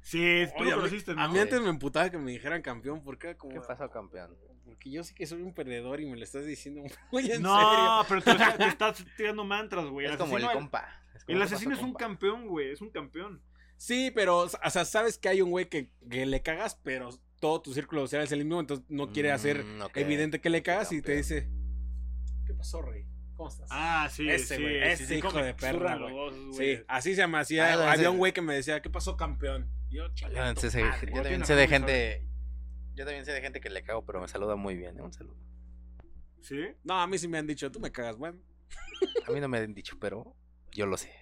Sí, tú Oye, lo a mí- conociste, A ¿no? mí antes me emputaba que me dijeran campeón porque era como. ¿Qué pasó, campeón? Porque yo sé que soy un perdedor y me lo estás diciendo <laughs> muy en serio. No, pero te, <laughs> está- te estás tirando mantras, güey. es como el asesino- compa. Es como, El ¿qué asesino pasó, es un compa? campeón, güey. Es un campeón. Sí, pero, o sea, sabes que hay un güey que, que le cagas, pero todo tu círculo social es el mismo, entonces no quiere hacer Mm, ok. evidente que le cagas y te Campeón. dice: ¿Qué pasó, rey? ¿Cómo estás? Ah, sí. Ese, sí, güey, sí, ese sí, hijo como de que perra, zurran güey. los dos, Sí, güey. así se me Ah, hacía. no, había ese- Ah, un güey que me decía: ¿Qué pasó, campeón? Y yo, Yo chale. también tu sé, madre". yo güey, también tiene sé de razón, gente Yo también sé de gente que le cago, pero me saluda muy bien. ¿eh? Un saludo. ¿Sí? No, a mí sí me han dicho, tú me cagas, bueno. A mí no me han dicho, pero yo lo sé.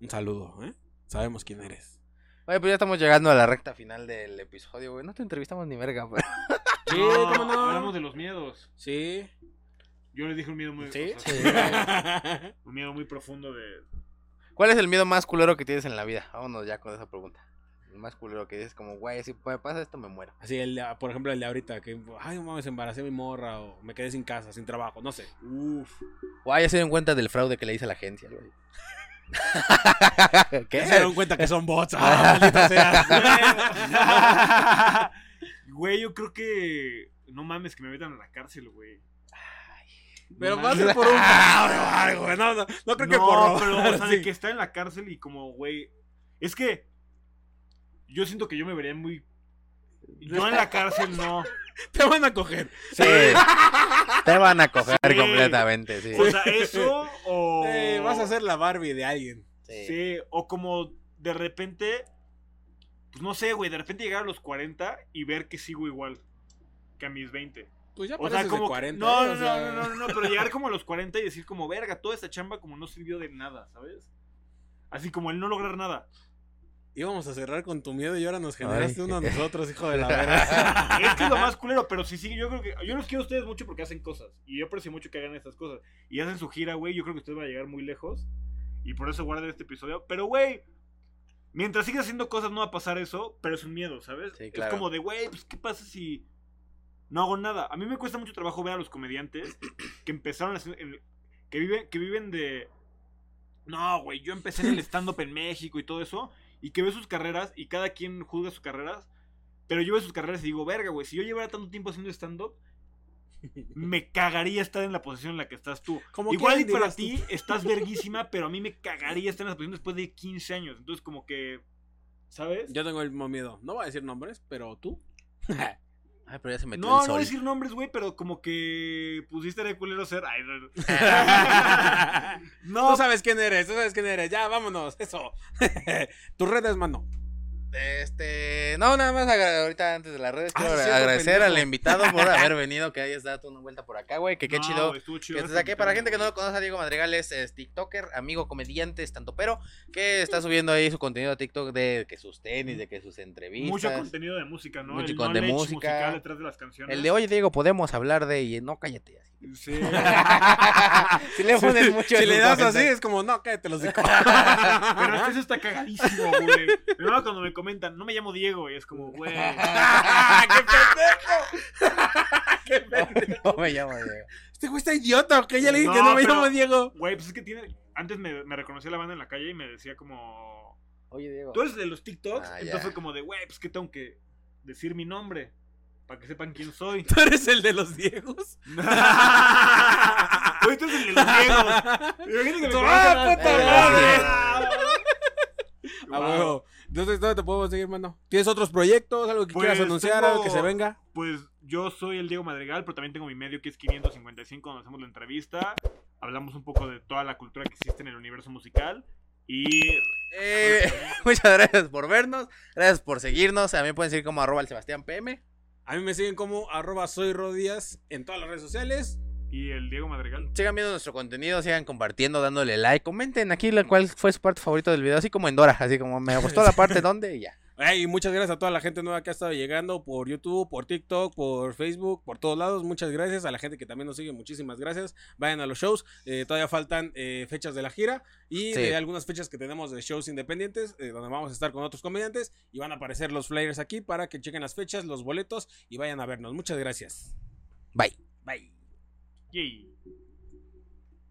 Un saludo, ¿eh? Sabemos quién eres. Oye, pues ya estamos llegando a la recta final del episodio, güey. No te entrevistamos ni verga, pero... Sí, No, ¿cómo no? Hablamos de los miedos. Sí. Yo les dije un miedo <laughs> muy, ¿Sí? o sea, un miedo muy profundo de. <laughs> ¿Cuál es el miedo más culero que tienes en la vida? Vámonos ya con esa pregunta. El más culero que dices como, güey, si me pasa esto me muero. <laughs> Así, el, de- por ejemplo, el de ahorita, que, ay, no mames, embaracé a mi morra o me quedé sin casa, sin trabajo, no sé. Uf. Guay, ya se dieron cuenta del fraude que le hice a la agencia, güey. <laughs> ¿Qué? Ya Se dieron cuenta que <laughs> son bots. ah, maldita sea. <laughs> güey, yo creo que. No mames, que me metan a la cárcel, güey. Pero No va a ser mames. <laughs> por un fraude o algo, güey. No, no, no creo que por robar, pero, o sea, de sí. que está en la cárcel y como, güey. Es que. Yo siento que yo me vería muy. Yo en la cárcel no. Te van a coger. <laughs> Sí. Te van a coger Sí. completamente, sí. O sea, eso o. Eh, vas a ser la Barbie de alguien. Sí. Sí, o como de repente, pues no sé, güey, de repente llegar a los 40 y ver que sigo igual que a mis 20. Pues ya O sea, pareces como... de que- 40. no, ¿eh? no, O no, sea, no, no, no, pero llegar como a los 40 y decir como, verga, toda esta chamba como no sirvió de nada, ¿sabes? Así como el no lograr nada. Íbamos a cerrar con tu miedo y ahora nos generaste Ay. uno a nosotros, hijo <laughs> de la verga. Es que es lo más culero, pero sí, sí, yo creo que... Yo los quiero a ustedes mucho porque hacen cosas. Y yo aprecio mucho que hagan estas cosas. Y hacen su gira, güey, yo creo que ustedes van a llegar muy lejos. Y por eso guarden este episodio. Pero, güey, mientras sigas haciendo cosas no va a pasar eso, pero es un miedo, ¿sabes? Sí, claro. Es como de, güey, pues ¿qué pasa si no hago nada? A mí me cuesta mucho trabajo ver a los comediantes que empezaron a hacer- en- que viven que viven de no, güey, yo empecé en el stand up en México y todo eso y que ve sus carreras y cada quien juzga sus carreras, pero yo veo sus carreras y digo, "Verga, güey, si yo llevara tanto tiempo haciendo stand <laughs> up, me cagaría estar en la posición en la que estás tú. Como Igual y quieran, para dirás tú. ti estás verguísima, pero a mí me cagaría estar en esa posición después de 15 años. Entonces, como que, ¿sabes? Yo tengo el mismo miedo. No voy a decir nombres, pero tú. Ay, pero ya se metió el no, no sol. voy a decir nombres, güey, pero como que pusiste de culero ser. <laughs> Ay, no, no. No. Tú sabes quién eres, tú sabes quién eres. Ya, vámonos, eso. <laughs> Tus redes, mano. Este, no, nada más agra- ahorita antes de las redes Ah, quiero sí, agra- cierto, agradecer pendejo. al invitado por haber venido, que hayas dado una vuelta por acá, güey, que qué No, chido. güey, estuvo chido Que te este saqué. para gente que no invitado. lo conoce, Diego Madrigal es, es TikToker, amigo comediante, es tanto pero, que está subiendo ahí su contenido a TikTok de que sus tenis, de que sus entrevistas. Mucho contenido de música, ¿no? Mucho El con- de knowledge música. musical detrás de las canciones. El de hoy, Diego, podemos hablar de y no cállate. <laughs> así. Sí. si le pones mucho si en le un das así, comentario. es como, no, cállate <laughs> los digo. ¿eh? Pero este sí está cagadísimo, güey. Me mama cuando me comentan, no me llamo Diego, y es como, güey. ¡Qué pendejo! <laughs> No me llamo Diego. Este güey está idiota, ¿ok? Ya le dije que No, no me pero- llamo Diego. Güey, pues es que tiene. Antes me, me reconocía la banda en la calle y me decía como. Oye, Diego. Tú eres de los TikToks. Ah, ya. entonces fue como de, güey, pues que tengo que decir mi nombre. Para que sepan quién soy. Tú eres el de los <laughs> Diegos. Güey, tú eres el de los ciegos. <laughs> Imagínate que me ¡Ah, conozcan- puta <laughs> Ah, Ah, Wow. huevo. Entonces, ¿dónde te podemos seguir, mano? ¿Tienes otros proyectos? ¿Algo que Pues, quieras anunciar? tengo- ¿Algo que se venga? Pues yo soy el Diego Madrigal, pero también tengo mi medio que es 555, donde hacemos la entrevista. Hablamos un poco de toda la cultura que existe en el universo musical. Y Eh, <laughs> muchas gracias por vernos. Gracias por seguirnos. A mí me pueden seguir como arroba el Sebastián PM. A mí me siguen como arroba soy Rodías en todas las redes sociales. <laughs> Y el Diego Madrigal. Sigan viendo nuestro contenido, sigan compartiendo, dándole like. Comenten aquí la- cuál fue su parte favorita del video, así como en Dora. Así como me gustó la parte donde y ya. Ey, y muchas gracias a toda la gente nueva que ha estado llegando por YouTube, por TikTok, por Facebook, por todos lados. Muchas gracias a la gente que también nos sigue. Muchísimas gracias. Vayan a los shows. Eh, todavía faltan eh, fechas de la gira y Sí. de algunas fechas que tenemos de shows independientes, eh, donde vamos a estar con otros comediantes y van a aparecer los flyers aquí para que chequen las fechas, los boletos y vayan a vernos. Muchas gracias. Bye. Bye. Yay.